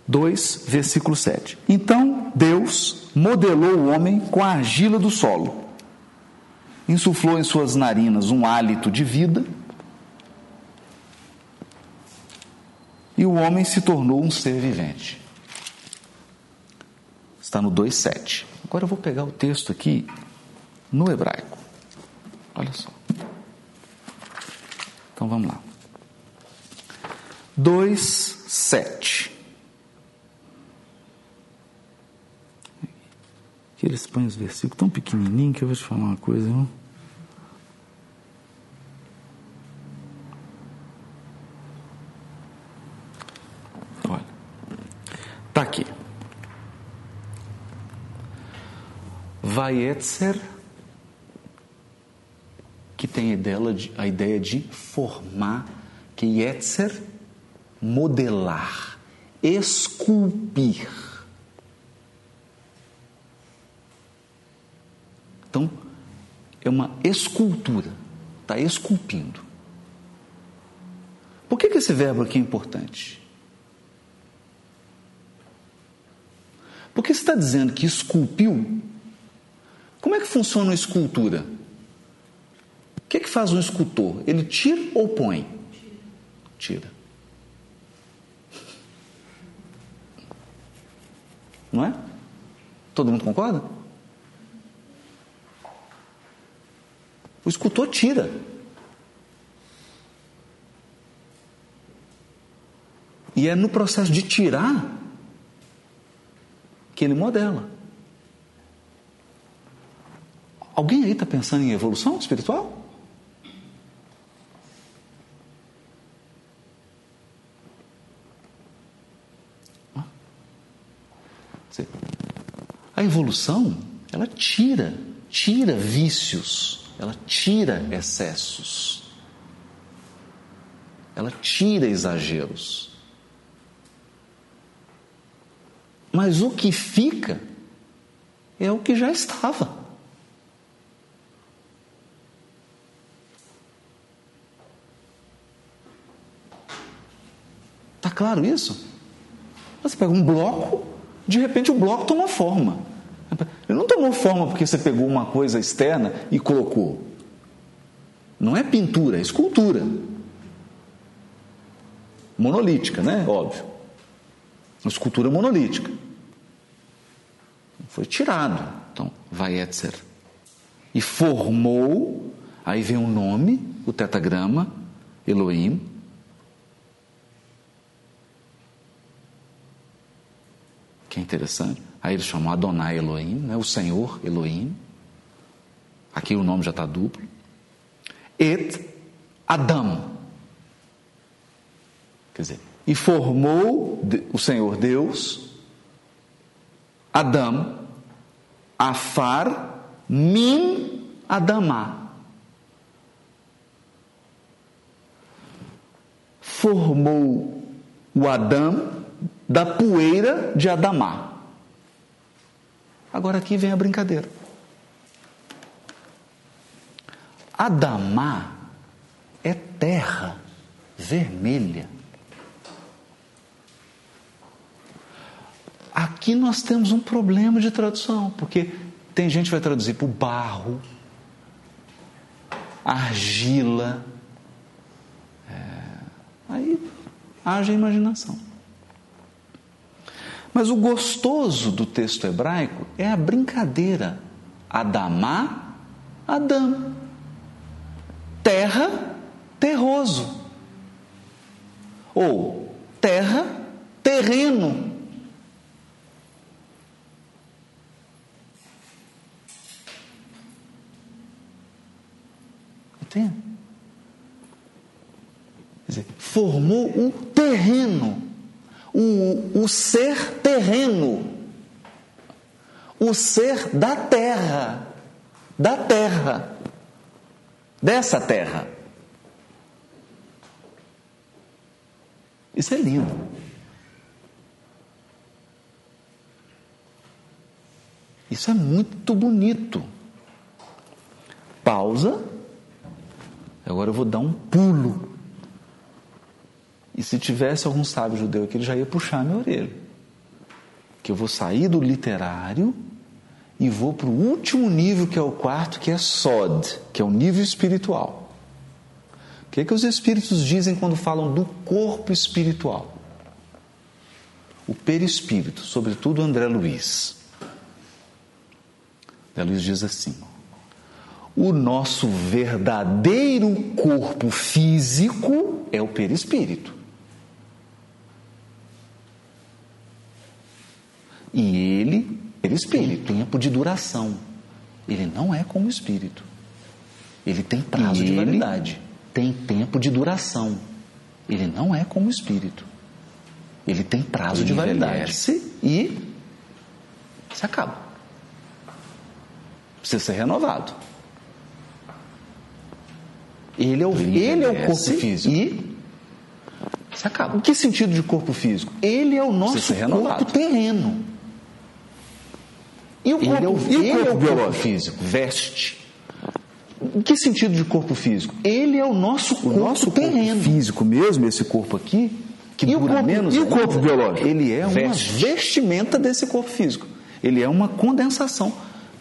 [SPEAKER 2] 2, versículo 7. Então Deus modelou o homem com a argila do solo, insuflou em suas narinas um hálito de vida, e o homem se tornou um ser vivente. Está no 2,7. Agora eu vou pegar o texto aqui no hebraico. Olha só. Então vamos lá. 2,7. Eles põem os versículos tão pequenininhos que eu vou te falar uma coisa. Viu? Olha, tá aqui.
[SPEAKER 1] Vayetzer, que tem dela a ideia de formar, que Yetzer, modelar, esculpir. Então, é uma escultura, está esculpindo. Por que, que esse verbo aqui é importante? Porque está dizendo que esculpiu como é que funciona uma escultura? O que, é que faz um escultor? Ele tira ou põe? Tira. Não é? Todo mundo concorda? O escultor tira. E é no processo de tirar que ele modela. Alguém aí está pensando em evolução espiritual? A evolução, ela tira, tira vícios, ela tira excessos, ela tira exageros. Mas o que fica é o que já estava. Está Tá claro isso? Você pega um bloco, de repente o bloco toma forma. Ele não tomou forma porque você pegou uma coisa externa e colocou. Não é pintura, é escultura. Monolítica, né? Óbvio. Uma escultura monolítica. Foi tirado. Então, Vayetzer. E formou, aí vem o nome, o tetagrama, Elohim, que é interessante. Aí eles chamam Adonai Elohim, né? o Senhor Elohim. Aqui o nome já está duplo. Et Adam. Quer dizer, e formou o Senhor Deus, Adam, Afar, Min, Adamá. Formou o Adão da poeira de Adamá. Agora aqui vem a brincadeira. Adamá é terra vermelha. Aqui nós temos um problema de tradução, porque tem gente que vai traduzir por barro, argila. É, aí haja imaginação. Mas o gostoso do texto hebraico é a brincadeira. Adamá, Adão. Terra, terroso. Ou terra, terreno. Entende? Quer dizer, formou um terreno. O, o, ser terreno, o ser da terra, da terra, dessa terra. Isso é lindo. Isso é muito bonito. Pausa. Agora eu vou dar um pulo e se tivesse algum sábio judeu aqui, ele já ia puxar minha orelha. que eu vou sair do literário e vou para o último nível, que é o quarto, que é Sod, que é o nível espiritual. O que, é que os espíritos dizem quando falam do corpo espiritual? O perispírito, sobretudo André Luiz. André Luiz diz assim: o nosso verdadeiro corpo físico é o perispírito. E ele, perispírito, tem tempo de duração. Ele não é como espírito. Ele tem prazo
[SPEAKER 2] E
[SPEAKER 1] de
[SPEAKER 2] ele
[SPEAKER 1] validade. Tem tempo de duração. Ele não é como espírito. Ele tem prazo
[SPEAKER 2] Ele
[SPEAKER 1] de validade.
[SPEAKER 2] envelhece.
[SPEAKER 1] E se acaba. Precisa ser renovado. Ele é o,
[SPEAKER 2] Ele
[SPEAKER 1] ele é o corpo
[SPEAKER 2] envelhece
[SPEAKER 1] físico. E se acaba. Que sentido de corpo físico? Ele é o nosso
[SPEAKER 2] ser renovado.
[SPEAKER 1] corpo terreno. E o
[SPEAKER 2] Ele
[SPEAKER 1] corpo,
[SPEAKER 2] é o-
[SPEAKER 1] e
[SPEAKER 2] ele é o
[SPEAKER 1] corpo
[SPEAKER 2] biológico.
[SPEAKER 1] físico? Veste. Que sentido de corpo físico? Ele é o nosso
[SPEAKER 2] O
[SPEAKER 1] corpo
[SPEAKER 2] nosso corpo
[SPEAKER 1] terreno.
[SPEAKER 2] físico mesmo, esse corpo aqui, que
[SPEAKER 1] E o
[SPEAKER 2] dura
[SPEAKER 1] corpo-
[SPEAKER 2] menos
[SPEAKER 1] e o
[SPEAKER 2] ainda,
[SPEAKER 1] corpo biológico?
[SPEAKER 2] Ele é uma
[SPEAKER 1] Veste. vestimenta desse corpo físico. Ele é uma condensação.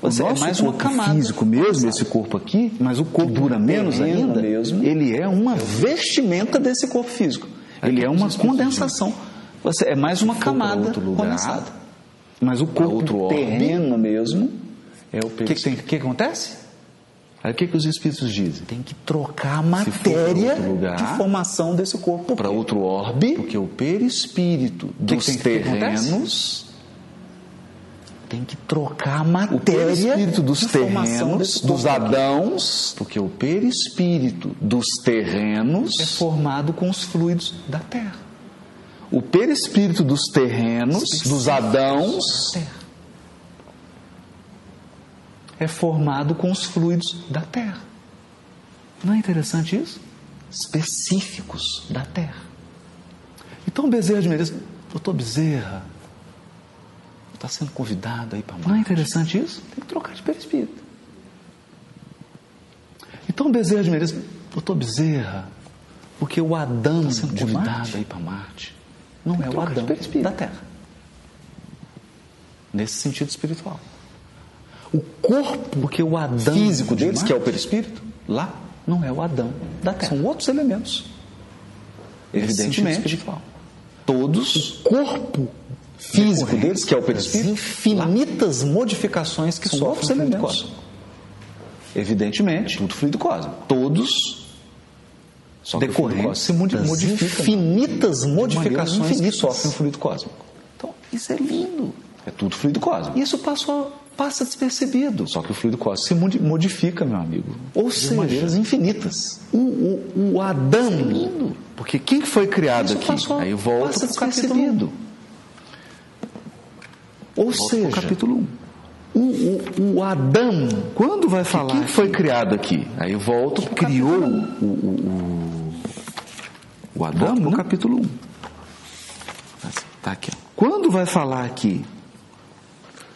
[SPEAKER 1] Ou
[SPEAKER 2] O
[SPEAKER 1] seja, é
[SPEAKER 2] nosso
[SPEAKER 1] mais uma
[SPEAKER 2] corpo
[SPEAKER 1] camada.
[SPEAKER 2] físico mesmo, esse corpo aqui, mas o corpo dura menos
[SPEAKER 1] terreno
[SPEAKER 2] ainda,
[SPEAKER 1] mesmo.
[SPEAKER 2] ele é uma
[SPEAKER 1] A vestimenta desse corpo físico. Ele é uma condensação. Ou seja, é mais uma
[SPEAKER 2] pra
[SPEAKER 1] camada
[SPEAKER 2] outro lugar,
[SPEAKER 1] condensada.
[SPEAKER 2] mas o corpo
[SPEAKER 1] outro
[SPEAKER 2] terreno mesmo
[SPEAKER 1] É o
[SPEAKER 2] perispírito.
[SPEAKER 1] que, que, tem- que acontece? Aí o que, que os espíritos dizem? Tem que trocar a
[SPEAKER 2] for pra
[SPEAKER 1] matéria
[SPEAKER 2] outro lugar,
[SPEAKER 1] de formação desse corpo
[SPEAKER 2] para outro orbe,
[SPEAKER 1] Porque o perispírito
[SPEAKER 2] Que
[SPEAKER 1] dos
[SPEAKER 2] que tem- que acontece?
[SPEAKER 1] terrenos tem que trocar a
[SPEAKER 2] o
[SPEAKER 1] matéria
[SPEAKER 2] perispírito dos
[SPEAKER 1] de formação
[SPEAKER 2] terrenos,
[SPEAKER 1] desse
[SPEAKER 2] dos
[SPEAKER 1] corpo.
[SPEAKER 2] adãos,
[SPEAKER 1] Porque o perispírito
[SPEAKER 2] dos terrenos,
[SPEAKER 1] é formado com os fluidos da terra.
[SPEAKER 2] o perispírito dos terrenos, dos adãos,
[SPEAKER 1] Terra. É formado com os fluidos da terra. Não é interessante isso? Específicos da terra. Então Bezerra de Menezes, doutor Bezerra, está Tá sendo convidado aí para Marte. Não é interessante isso? Tem que trocar de perispírito. Então Bezerra de Menezes, doutor Bezerra, porque o Adão está sendo
[SPEAKER 2] Tá de Marte?
[SPEAKER 1] convidado aí para Marte. Não é o
[SPEAKER 2] trocar de
[SPEAKER 1] Adão
[SPEAKER 2] perispírito.
[SPEAKER 1] da Terra. Nesse sentido espiritual. O corpo, porque o Adão
[SPEAKER 2] Físico
[SPEAKER 1] de
[SPEAKER 2] deles,
[SPEAKER 1] Marte,
[SPEAKER 2] que é o
[SPEAKER 1] perispírito, lá não é o Adão da Terra. São outros elementos.
[SPEAKER 2] é Evidentemente.
[SPEAKER 1] espiritual. Todos
[SPEAKER 2] corpo físico deles, que é o
[SPEAKER 1] as
[SPEAKER 2] perispírito,
[SPEAKER 1] infinitas modificações que
[SPEAKER 2] São
[SPEAKER 1] sofrem
[SPEAKER 2] outros
[SPEAKER 1] o fluido
[SPEAKER 2] elementos.
[SPEAKER 1] cósmico. Evidentemente, é tudo fluido cósmico. Todos
[SPEAKER 2] só que o fluido
[SPEAKER 1] decorrentes
[SPEAKER 2] cósmico
[SPEAKER 1] se modi-
[SPEAKER 2] das
[SPEAKER 1] modificam.
[SPEAKER 2] infinitas
[SPEAKER 1] modificações
[SPEAKER 2] modificações
[SPEAKER 1] que sofrem
[SPEAKER 2] que
[SPEAKER 1] o
[SPEAKER 2] sofrem.
[SPEAKER 1] fluido cósmico. Então, isso é lindo. É tudo fluido cósmico. Isso passou, passa despercebido. Só que o fluido cósmico se modi- modifica, meu amigo.
[SPEAKER 2] Ou
[SPEAKER 1] de
[SPEAKER 2] seja,
[SPEAKER 1] maneiras infinitas.
[SPEAKER 2] O, o, o Adão, porque quem que foi criado
[SPEAKER 1] Isso
[SPEAKER 2] aqui?
[SPEAKER 1] passou,
[SPEAKER 2] Aí volta
[SPEAKER 1] passa
[SPEAKER 2] para o capítulo um.
[SPEAKER 1] despercebido.
[SPEAKER 2] Ou
[SPEAKER 1] Volta
[SPEAKER 2] seja,
[SPEAKER 1] pro capítulo 1.
[SPEAKER 2] o, o, o Adão, quando vai falar quem
[SPEAKER 1] aqui?
[SPEAKER 2] foi criado aqui? Aí volta, criou o, o, o, o Adão né?
[SPEAKER 1] Volta pro
[SPEAKER 2] Assim,
[SPEAKER 1] um.
[SPEAKER 2] no capítulo 1.
[SPEAKER 1] Tá aqui. ó.
[SPEAKER 2] Quando vai falar aqui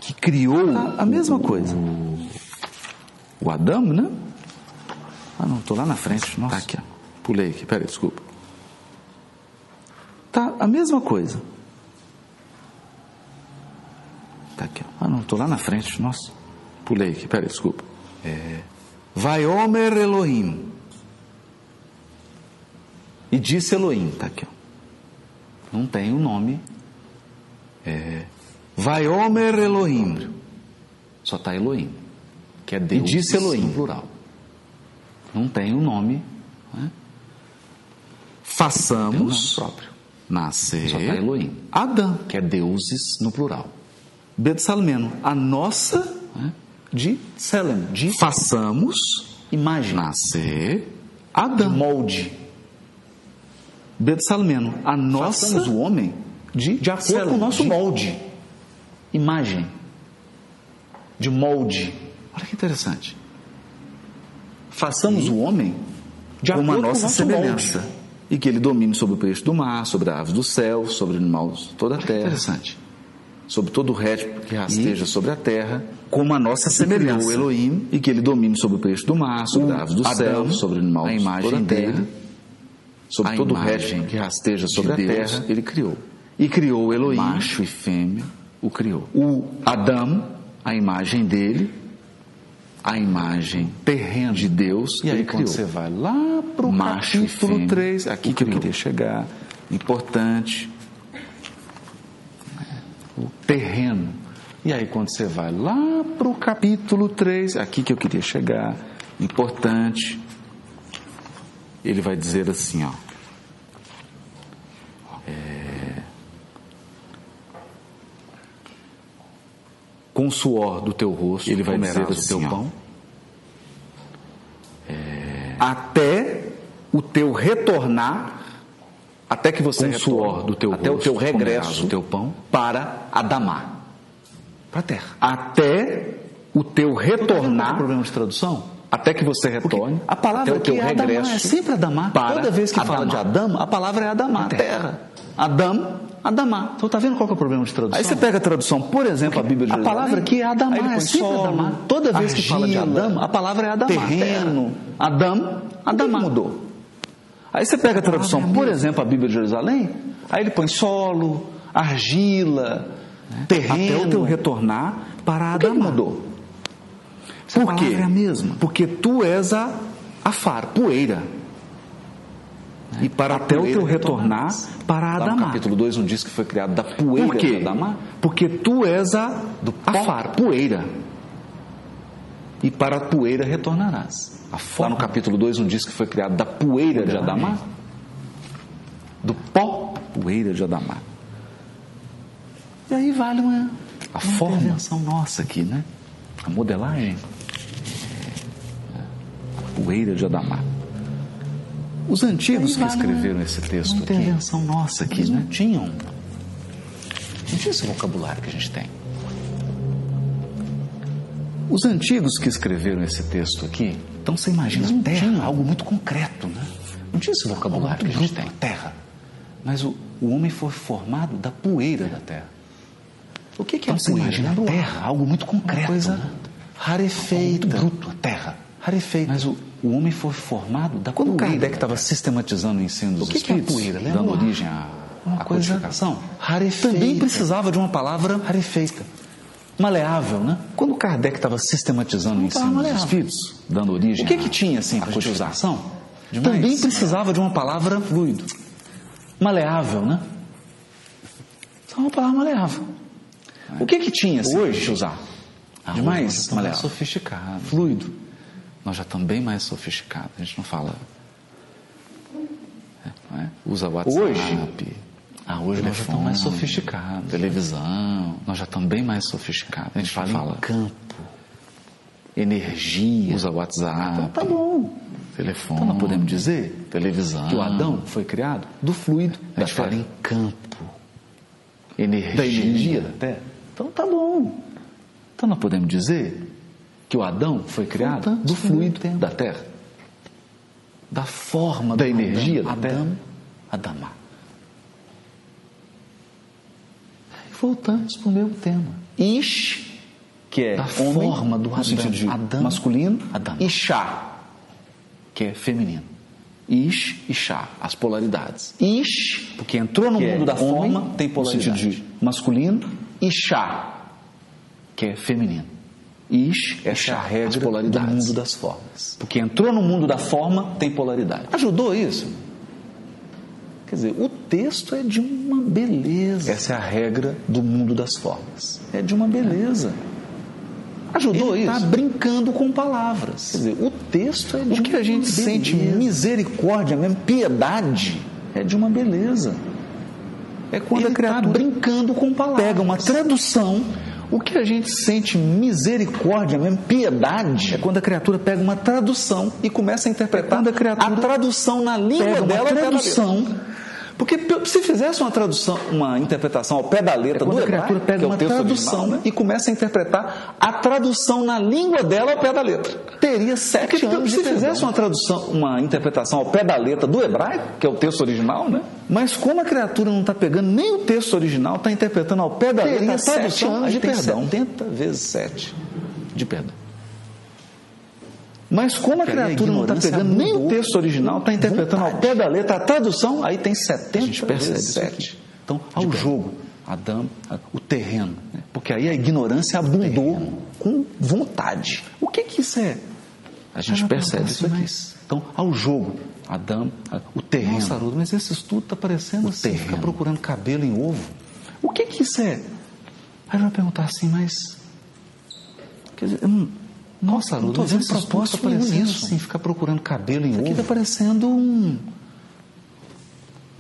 [SPEAKER 2] que criou
[SPEAKER 1] A- a mesma
[SPEAKER 2] o-
[SPEAKER 1] coisa.
[SPEAKER 2] o- O Adão, né? Ah, não, tô lá na frente. Nossa.
[SPEAKER 1] Tá aqui, ó.
[SPEAKER 2] Pulei aqui, peraí, desculpa. Tá a mesma coisa. Tá aqui, ó. Ah, não, tô lá na frente. Nossa. Pulei aqui, peraí, desculpa. É. Vaiomer Elohim.
[SPEAKER 1] E disse Elohim,
[SPEAKER 2] Tá aqui, ó.
[SPEAKER 1] não tem o nome,
[SPEAKER 2] Vaiomer É. Elohim.
[SPEAKER 1] só tá Elohim, que é
[SPEAKER 2] E
[SPEAKER 1] Deus.
[SPEAKER 2] disse Elohim.
[SPEAKER 1] no plural. Não tem o nome, né? tem o nome
[SPEAKER 2] Façamos
[SPEAKER 1] próprio,
[SPEAKER 2] nascer
[SPEAKER 1] só tá Elohim,
[SPEAKER 2] Adão.
[SPEAKER 1] que é deuses no plural.
[SPEAKER 2] Betsalmeno, a nossa
[SPEAKER 1] né? De Selem, de
[SPEAKER 2] façamos
[SPEAKER 1] imagem,
[SPEAKER 2] nascer
[SPEAKER 1] de
[SPEAKER 2] Adão.
[SPEAKER 1] molde.
[SPEAKER 2] Betsalmeno, a nossa
[SPEAKER 1] Façamos o homem
[SPEAKER 2] de,
[SPEAKER 1] de acordo com o nosso molde. Imagem, de molde.
[SPEAKER 2] Olha que interessante.
[SPEAKER 1] Façamos o homem de
[SPEAKER 2] com
[SPEAKER 1] acordo
[SPEAKER 2] uma
[SPEAKER 1] com o
[SPEAKER 2] nossa
[SPEAKER 1] nosso molde.
[SPEAKER 2] semelhança. E que ele domine sobre o peixe do mar, sobre a ave do céu, sobre animais, toda a
[SPEAKER 1] Olha que
[SPEAKER 2] terra.
[SPEAKER 1] interessante.
[SPEAKER 2] Sobre todo o réptil que rasteja sobre a terra, como a nossa
[SPEAKER 1] semelhança.
[SPEAKER 2] O Elohim, e que ele domine sobre o peixe do mar, sobre
[SPEAKER 1] O
[SPEAKER 2] a ave do
[SPEAKER 1] Adão,
[SPEAKER 2] céu, sobre animais,
[SPEAKER 1] a imagem
[SPEAKER 2] toda a terra,
[SPEAKER 1] dele,
[SPEAKER 2] sobre
[SPEAKER 1] a
[SPEAKER 2] todo o
[SPEAKER 1] imagem
[SPEAKER 2] réptil que rasteja sobre a
[SPEAKER 1] Deus,
[SPEAKER 2] terra,
[SPEAKER 1] ele criou.
[SPEAKER 2] E criou o Elohim,
[SPEAKER 1] Macho
[SPEAKER 2] e fêmea,
[SPEAKER 1] o criou.
[SPEAKER 2] O Adão,
[SPEAKER 1] A imagem dele, a imagem
[SPEAKER 2] terreno.
[SPEAKER 1] de Deus,
[SPEAKER 2] E aí
[SPEAKER 1] ele
[SPEAKER 2] quando
[SPEAKER 1] criou.
[SPEAKER 2] você vai lá pro
[SPEAKER 1] Macho e
[SPEAKER 2] capítulo
[SPEAKER 1] fêmea.
[SPEAKER 2] 3, aqui
[SPEAKER 1] E
[SPEAKER 2] que eu
[SPEAKER 1] criou.
[SPEAKER 2] queria chegar,
[SPEAKER 1] Importante.
[SPEAKER 2] o terreno. E aí quando você vai lá pro capítulo 3, aqui que eu queria chegar,
[SPEAKER 1] importante. Ele vai dizer assim, ó. É, com o suor do teu rosto,
[SPEAKER 2] Ele vai
[SPEAKER 1] comerás
[SPEAKER 2] dizer
[SPEAKER 1] o teu
[SPEAKER 2] assim, ó.
[SPEAKER 1] pão.
[SPEAKER 2] até o teu retornar,
[SPEAKER 1] Até que você
[SPEAKER 2] Com o
[SPEAKER 1] retorne,
[SPEAKER 2] suor do teu
[SPEAKER 1] até
[SPEAKER 2] rosto,
[SPEAKER 1] o teu
[SPEAKER 2] comerás
[SPEAKER 1] regresso,
[SPEAKER 2] o teu pão.
[SPEAKER 1] para Adamá, para a terra.
[SPEAKER 2] até o teu
[SPEAKER 1] Tornar
[SPEAKER 2] retornar,
[SPEAKER 1] um problema de tradução?
[SPEAKER 2] até que você
[SPEAKER 1] Porque
[SPEAKER 2] retorne,
[SPEAKER 1] a palavra
[SPEAKER 2] até o teu
[SPEAKER 1] que é Adamá
[SPEAKER 2] regresso.
[SPEAKER 1] é sempre Adamá.
[SPEAKER 2] para
[SPEAKER 1] Toda vez que fala
[SPEAKER 2] Adamá.
[SPEAKER 1] de Adão, a palavra é Adamá,
[SPEAKER 2] A
[SPEAKER 1] a
[SPEAKER 2] terra.
[SPEAKER 1] terra. Adão, Adamá. Então tá vendo qual que é o problema de tradução?
[SPEAKER 2] Aí você pega a tradução, por exemplo, a Bíblia de
[SPEAKER 1] A palavra aqui é
[SPEAKER 2] Aí ele
[SPEAKER 1] Adamá, é
[SPEAKER 2] põe
[SPEAKER 1] sempre
[SPEAKER 2] solo,
[SPEAKER 1] Adamá. Toda vez que fala de
[SPEAKER 2] argila,
[SPEAKER 1] Adão, a palavra é Adamá.
[SPEAKER 2] terreno.
[SPEAKER 1] terra. Adão, Adamá.
[SPEAKER 2] mudou? Aí você pega a tradução,
[SPEAKER 1] palavra é a
[SPEAKER 2] por
[SPEAKER 1] mesma.
[SPEAKER 2] exemplo, a Bíblia de Jerusalém,
[SPEAKER 1] Aí ele põe solo, argila, terreno.
[SPEAKER 2] até o teu retornar para
[SPEAKER 1] Por que
[SPEAKER 2] Adamá.
[SPEAKER 1] mudou?
[SPEAKER 2] Por
[SPEAKER 1] a
[SPEAKER 2] quê?
[SPEAKER 1] palavra é a mesma.
[SPEAKER 2] Porque tu és a, a far, poeira. E para até o
[SPEAKER 1] Né? poeira
[SPEAKER 2] teu retornar
[SPEAKER 1] retornarás.
[SPEAKER 2] para
[SPEAKER 1] Lá no
[SPEAKER 2] Adamá.
[SPEAKER 1] capítulo 2 não diz que foi criado da
[SPEAKER 2] Por
[SPEAKER 1] poeira de
[SPEAKER 2] quê?
[SPEAKER 1] Adamá?
[SPEAKER 2] Porque tu és a,
[SPEAKER 1] Do
[SPEAKER 2] a
[SPEAKER 1] pó.
[SPEAKER 2] far, poeira.
[SPEAKER 1] E para a poeira retornarás. Lá no capítulo 2 não diz que foi criado da poeira de Adamá? Do pó?
[SPEAKER 2] Poeira de Adamá.
[SPEAKER 1] E aí vale uma,
[SPEAKER 2] A
[SPEAKER 1] a
[SPEAKER 2] forma.
[SPEAKER 1] forma. intervenção nossa aqui, né? A modelagem. É.
[SPEAKER 2] Poeira de Adamá. Os antigos que escreveram esse texto
[SPEAKER 1] né? Uma
[SPEAKER 2] aqui,
[SPEAKER 1] intervenção nossa aqui,
[SPEAKER 2] eles
[SPEAKER 1] né?
[SPEAKER 2] não tinham
[SPEAKER 1] Não tinha esse
[SPEAKER 2] é
[SPEAKER 1] vocabulário que a gente tem.
[SPEAKER 2] Os antigos que escreveram esse texto aqui,
[SPEAKER 1] Então você imagina
[SPEAKER 2] Eles não
[SPEAKER 1] a terra,
[SPEAKER 2] tinham.
[SPEAKER 1] algo muito concreto, né? Não tinha esse vocabulário que a gente tem. Terra. Mas o, o homem foi formado da poeira da terra.
[SPEAKER 2] o que, é que
[SPEAKER 1] Então você imagina a terra, algo muito concreto.
[SPEAKER 2] coisa
[SPEAKER 1] né? rarefeita.
[SPEAKER 2] Algo muito
[SPEAKER 1] bruto, a terra.
[SPEAKER 2] rarefeita.
[SPEAKER 1] Mas o, o homem foi formado da
[SPEAKER 2] Quando
[SPEAKER 1] poeira.
[SPEAKER 2] Kardec
[SPEAKER 1] estava sistematizando o ensino dos
[SPEAKER 2] que que é
[SPEAKER 1] espíritos,
[SPEAKER 2] poeira? Lembra
[SPEAKER 1] dando
[SPEAKER 2] lá?
[SPEAKER 1] origem à,
[SPEAKER 2] Uma
[SPEAKER 1] à
[SPEAKER 2] coisa
[SPEAKER 1] codificação, rarefeita. Também precisava de uma palavra rarefeita. Maleável, né? Quando Kardec estava sistematizando o ensino
[SPEAKER 2] palavra
[SPEAKER 1] dos
[SPEAKER 2] maleável.
[SPEAKER 1] espíritos, dando origem
[SPEAKER 2] Então, O que
[SPEAKER 1] à-
[SPEAKER 2] que tinha, assim,
[SPEAKER 1] à
[SPEAKER 2] pra gente usar?
[SPEAKER 1] codificação,
[SPEAKER 2] Demais.
[SPEAKER 1] também precisava de uma palavra fluido. Maleável, né? Só uma palavra maleável. O que que tinha, assim, pra gente usar?
[SPEAKER 2] Demais,
[SPEAKER 1] Demais
[SPEAKER 2] maleável.
[SPEAKER 1] maleável. Sofisticado. Fluido. Nós já estamos bem mais sofisticados. A gente não fala... é, não é? Usa WhatsApp.
[SPEAKER 2] Hoje?
[SPEAKER 1] Ah, hoje nós já estamos mais
[SPEAKER 2] Telefone,
[SPEAKER 1] sofisticados. Televisão. Nós já estamos bem mais sofisticados. A gente fala,
[SPEAKER 2] fala em
[SPEAKER 1] campo. Energia. Usa WhatsApp.
[SPEAKER 2] Tá bom.
[SPEAKER 1] Telefone.
[SPEAKER 2] Então nós podemos dizer
[SPEAKER 1] televisão.
[SPEAKER 2] que o Adão foi criado do fluido
[SPEAKER 1] A
[SPEAKER 2] da
[SPEAKER 1] gente fala
[SPEAKER 2] terra.
[SPEAKER 1] em campo. Energia.
[SPEAKER 2] Da energia da terra.
[SPEAKER 1] Então tá bom. Então nós podemos dizer que o Adão foi criado
[SPEAKER 2] Voltamos
[SPEAKER 1] do
[SPEAKER 2] ao mesmo
[SPEAKER 1] fluido
[SPEAKER 2] tempo.
[SPEAKER 1] da terra. Da forma
[SPEAKER 2] Da
[SPEAKER 1] do
[SPEAKER 2] energia
[SPEAKER 1] Adão,
[SPEAKER 2] da
[SPEAKER 1] Adão,
[SPEAKER 2] terra.
[SPEAKER 1] Adamá. E voltamos para o mesmo tema.
[SPEAKER 2] Ish, que é
[SPEAKER 1] Da
[SPEAKER 2] homem,
[SPEAKER 1] forma do
[SPEAKER 2] no
[SPEAKER 1] Adão.
[SPEAKER 2] sentido de
[SPEAKER 1] Adão.
[SPEAKER 2] masculino,
[SPEAKER 1] Adão.
[SPEAKER 2] e chá,
[SPEAKER 1] Que é feminino.
[SPEAKER 2] Ish,
[SPEAKER 1] E chá, as polaridades.
[SPEAKER 2] Ish,
[SPEAKER 1] Porque entrou no
[SPEAKER 2] que
[SPEAKER 1] mundo
[SPEAKER 2] é
[SPEAKER 1] da
[SPEAKER 2] homem,
[SPEAKER 1] forma, tem
[SPEAKER 2] No
[SPEAKER 1] polaridade.
[SPEAKER 2] sentido de masculino,
[SPEAKER 1] e chá, que é feminino.
[SPEAKER 2] Ish,
[SPEAKER 1] Essa é a regra
[SPEAKER 2] as
[SPEAKER 1] do
[SPEAKER 2] polaridades.
[SPEAKER 1] mundo das formas.
[SPEAKER 2] Porque entrou no mundo da forma, tem polaridade.
[SPEAKER 1] Ajudou isso? Quer dizer, o texto é de uma beleza.
[SPEAKER 2] Essa é a regra
[SPEAKER 1] do mundo das formas. É de uma beleza. Ajudou
[SPEAKER 2] Ele
[SPEAKER 1] isso?
[SPEAKER 2] tá
[SPEAKER 1] brincando com palavras. Quer dizer, o texto é de
[SPEAKER 2] O que
[SPEAKER 1] uma
[SPEAKER 2] a gente
[SPEAKER 1] beleza.
[SPEAKER 2] sente
[SPEAKER 1] misericórdia, mesmo piedade, é de uma beleza. É quando
[SPEAKER 2] Ele
[SPEAKER 1] a criatura
[SPEAKER 2] tá
[SPEAKER 1] brincando com palavras. Pega uma tradução. O que a gente sente misericórdia, mesmo piedade, é quando a criatura pega uma tradução e começa a interpretar
[SPEAKER 2] É quando a criatura
[SPEAKER 1] tradução na língua
[SPEAKER 2] pega uma
[SPEAKER 1] dela.
[SPEAKER 2] tradução.
[SPEAKER 1] Porque pe- se fizesse uma tradução, uma interpretação ao pé da letra
[SPEAKER 2] É quando
[SPEAKER 1] do
[SPEAKER 2] a criatura
[SPEAKER 1] hebraico,
[SPEAKER 2] pega
[SPEAKER 1] que é o
[SPEAKER 2] uma
[SPEAKER 1] texto
[SPEAKER 2] tradução
[SPEAKER 1] original, né, e começa a interpretar a tradução na língua dela ao pé da letra. Teria sete
[SPEAKER 2] anos
[SPEAKER 1] Se
[SPEAKER 2] de perdão.
[SPEAKER 1] fizesse uma tradução, uma interpretação ao pé da letra do hebraico, que é o texto original, né? Mas como a criatura não está pegando nem o texto original, está interpretando ao pé da
[SPEAKER 2] Teria
[SPEAKER 1] letra a
[SPEAKER 2] sete
[SPEAKER 1] tradução,
[SPEAKER 2] anos
[SPEAKER 1] aí
[SPEAKER 2] de
[SPEAKER 1] tem
[SPEAKER 2] perdão.
[SPEAKER 1] 70 vezes 7 de perdão. Mas como a
[SPEAKER 2] Peraí, a
[SPEAKER 1] criatura não está
[SPEAKER 2] ignorância
[SPEAKER 1] pegando nem o
[SPEAKER 2] mudou.
[SPEAKER 1] texto original, tá está interpretando ao pé da letra a tradução, aí tem 70
[SPEAKER 2] A gente percebe
[SPEAKER 1] vezes
[SPEAKER 2] isso aqui.
[SPEAKER 1] 7. Então, ao
[SPEAKER 2] De pé.
[SPEAKER 1] jogo,
[SPEAKER 2] Adão, o terreno. Né? Porque aí a ignorância abundou com vontade. O que que isso é? A gente
[SPEAKER 1] Cara,
[SPEAKER 2] percebe
[SPEAKER 1] não,
[SPEAKER 2] isso aqui.
[SPEAKER 1] Ah, mas-
[SPEAKER 2] Então, ao jogo, Adão, o terreno.
[SPEAKER 1] Nossa, Haroldo, mas esse estudo está parecendo
[SPEAKER 2] O
[SPEAKER 1] assim, ficar
[SPEAKER 2] terreno.
[SPEAKER 1] procurando cabelo em ovo. O que que isso é? Aí ele vai perguntar assim, mas... Quer dizer, hum, nossa,
[SPEAKER 2] não
[SPEAKER 1] Haroldo,
[SPEAKER 2] tô
[SPEAKER 1] mas
[SPEAKER 2] vendo
[SPEAKER 1] esse estudo
[SPEAKER 2] propósito
[SPEAKER 1] está
[SPEAKER 2] nenhum
[SPEAKER 1] parecendo
[SPEAKER 2] nisso.
[SPEAKER 1] assim, ficar procurando cabelo em
[SPEAKER 2] Isso aqui
[SPEAKER 1] ovo.
[SPEAKER 2] está parecendo um,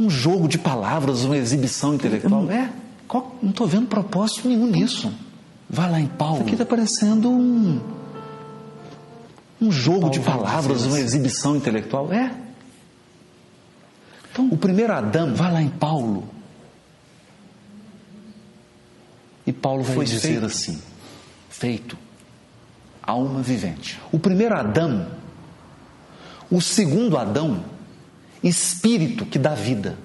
[SPEAKER 2] um jogo de palavras, uma exibição intelectual.
[SPEAKER 1] Hum.
[SPEAKER 2] É, qual- não estou vendo propósito nenhum
[SPEAKER 1] Então,
[SPEAKER 2] nisso. tá Vai lá em Paulo.
[SPEAKER 1] Isso aqui está parecendo
[SPEAKER 2] Hum.
[SPEAKER 1] um...
[SPEAKER 2] Um jogo
[SPEAKER 1] Paulo
[SPEAKER 2] de
[SPEAKER 1] vai
[SPEAKER 2] palavras,
[SPEAKER 1] dizer
[SPEAKER 2] uma
[SPEAKER 1] assim.
[SPEAKER 2] exibição intelectual. É. Então, o primeiro Adão vai lá em Paulo. E Paulo vai
[SPEAKER 1] Foi
[SPEAKER 2] dizer
[SPEAKER 1] feito.
[SPEAKER 2] assim: feito, alma vivente. O primeiro Adão, o segundo Adão, espírito que dá vida.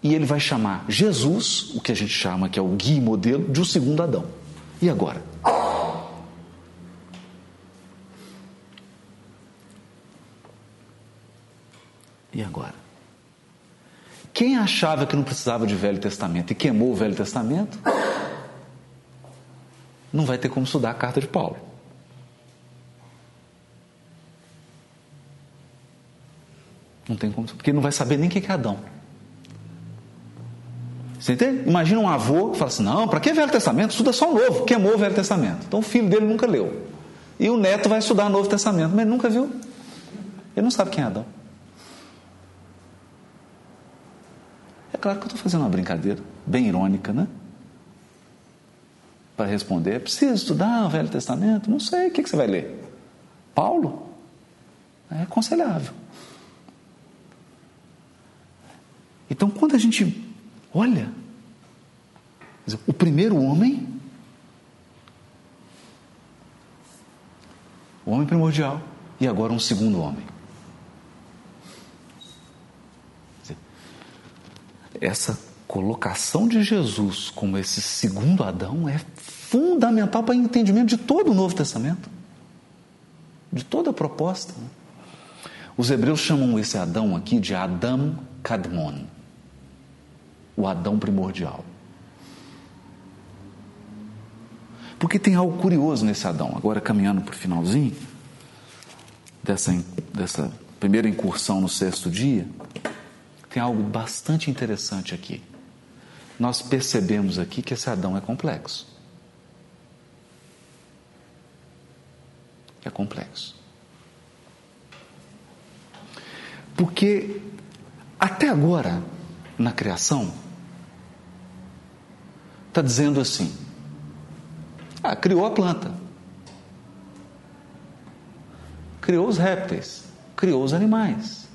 [SPEAKER 2] E ele vai chamar Jesus, o que a gente chama que é o guia e modelo, de um segundo Adão. E agora? E agora? Quem achava que não precisava de Velho Testamento e queimou o Velho Testamento, não vai ter como estudar a carta de Paulo. Não tem como, porque não vai saber nem o que que é Adão. Você entende? Imagina um avô que fala assim: não, para que Velho Testamento? Estuda só o Novo, queimou o Velho Testamento. Então o filho dele nunca leu. E o neto vai estudar o Novo Testamento, mas ele nunca viu. Ele não sabe quem é Adão. É claro que eu estou fazendo uma brincadeira, bem irônica, né? Para responder, precisa estudar o Velho Testamento? Não sei, o que, que você vai ler? Paulo? É aconselhável. Então, quando a gente olha, quer dizer, o primeiro homem, o homem primordial, e agora um segundo homem. essa colocação de Jesus como esse segundo Adão é fundamental para o entendimento de todo o Novo Testamento, de toda a proposta. né? Os hebreus chamam esse Adão aqui de Adam Kadmon, o Adão primordial. Porque tem algo curioso nesse Adão. Agora, caminhando para o finalzinho dessa, dessa primeira incursão no sexto dia, tem algo bastante interessante aqui. Nós percebemos aqui que esse Adão é complexo. É complexo. Porque até agora, na criação, está dizendo assim: ah, criou a planta, criou os répteis, criou os animais.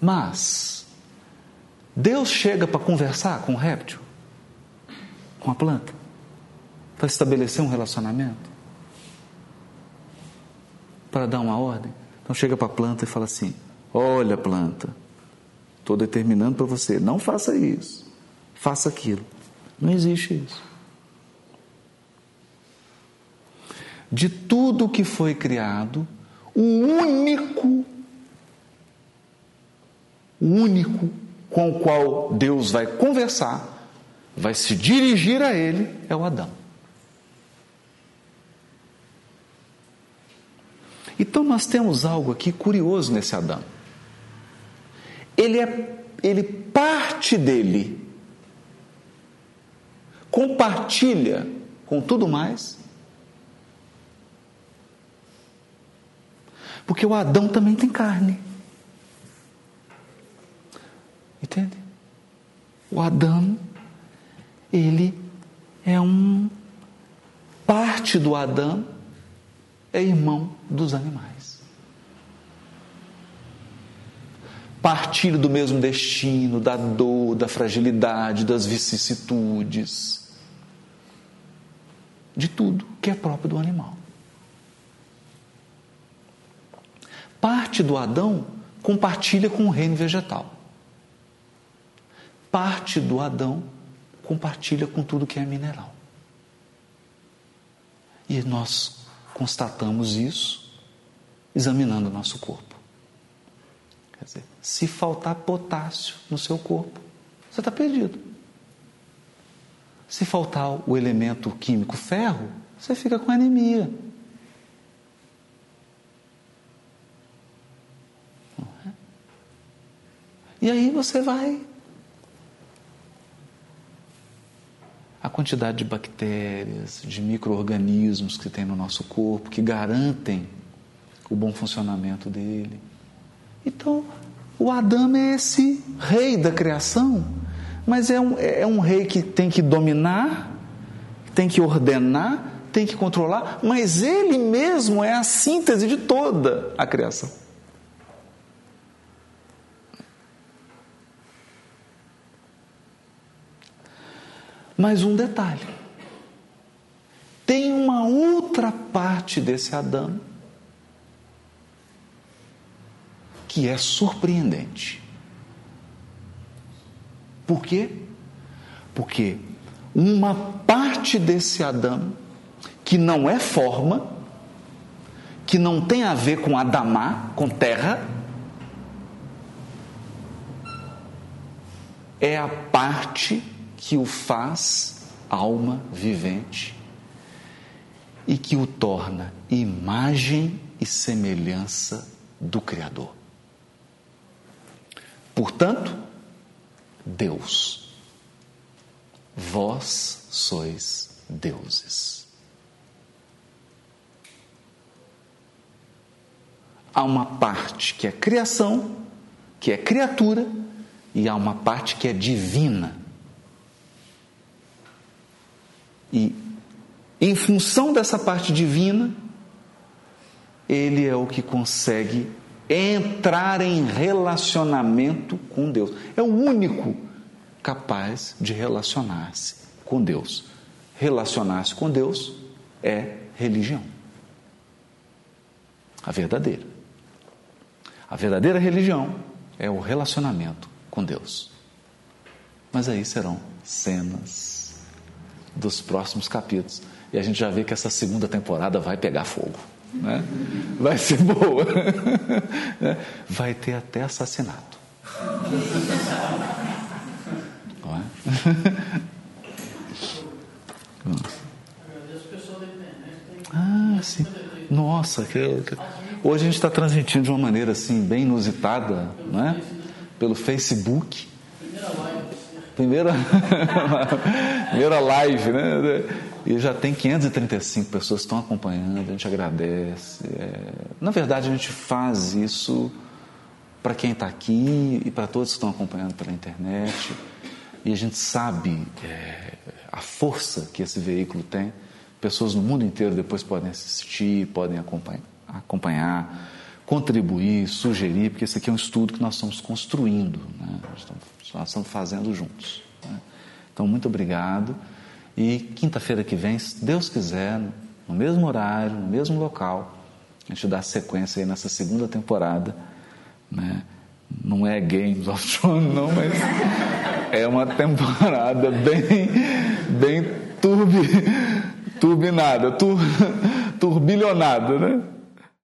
[SPEAKER 2] Mas Deus chega para conversar com o réptil, com a planta, para estabelecer um relacionamento, para dar uma ordem. Então chega para a planta e fala assim: Olha, planta, estou determinando para você, não faça isso, faça aquilo. Não existe isso. De tudo que foi criado, o único o único com o qual Deus vai conversar, vai se dirigir a ele, é o Adão. Então nós temos algo aqui curioso nesse Adão. Ele é ele parte dele compartilha com tudo mais. Porque o Adão também tem carne. Entende? O Adão, ele é um. Parte do Adão é irmão dos animais. Partilha do mesmo destino, da dor, da fragilidade, das vicissitudes, de tudo que é próprio do animal. Parte do Adão compartilha com o reino vegetal parte do Adão compartilha com tudo que é mineral. E nós constatamos isso examinando o nosso corpo. Quer dizer, se faltar potássio no seu corpo, você está perdido. Se faltar o elemento químico ferro, você fica com anemia. é? E aí você vai. A quantidade de bactérias, de micro-organismos que tem no nosso corpo, que garantem o bom funcionamento dele. Então, o Adão é esse rei da criação, mas é um, é um rei que tem que dominar, tem que ordenar, tem que controlar, mas ele mesmo é a síntese de toda a criação. Mais um detalhe. Tem uma outra parte desse Adão que é surpreendente. Por quê? Porque uma parte desse Adão, que não é forma, que não tem a ver com Adamá, com terra, é a parte que o faz alma vivente e que o torna imagem e semelhança do Criador. Portanto, Deus. Vós sois deuses. Há uma parte que é criação, que é criatura, e há uma parte que é divina. E, em função dessa parte divina, ele é o que consegue entrar em relacionamento com Deus. É o único capaz de relacionar-se com Deus. Relacionar-se com Deus é religião. A verdadeira. A verdadeira religião é o relacionamento com Deus. Mas aí serão cenas dos próximos capítulos. E a gente já vê que essa segunda temporada vai pegar fogo. Né? vai ser boa. Né? Vai ter até assassinato. Ah, sim. Nossa, que, que... hoje a gente está transmitindo de uma maneira assim bem inusitada, né? Pelo Facebook. Primeira, primeira live, né? E já tem 535 pessoas que estão acompanhando, a gente agradece. É, na verdade, a gente faz isso para quem está aqui e para todos que estão acompanhando pela internet. E a gente sabe é, a força que esse veículo tem. Pessoas no mundo inteiro depois podem assistir, podem acompanhar, acompanhar contribuir, sugerir, porque esse aqui é um estudo que nós estamos construindo, né? nós, estamos, nós, estamos, fazendo juntos. Né? Então, muito obrigado. E quinta-feira que vem, se Deus quiser, no mesmo horário, no mesmo local, a gente dá sequência aí nessa segunda temporada. Né? Não é Games of Thrones, não, mas é uma temporada bem, bem turbi, turbinada, tur, turbilhonada, né?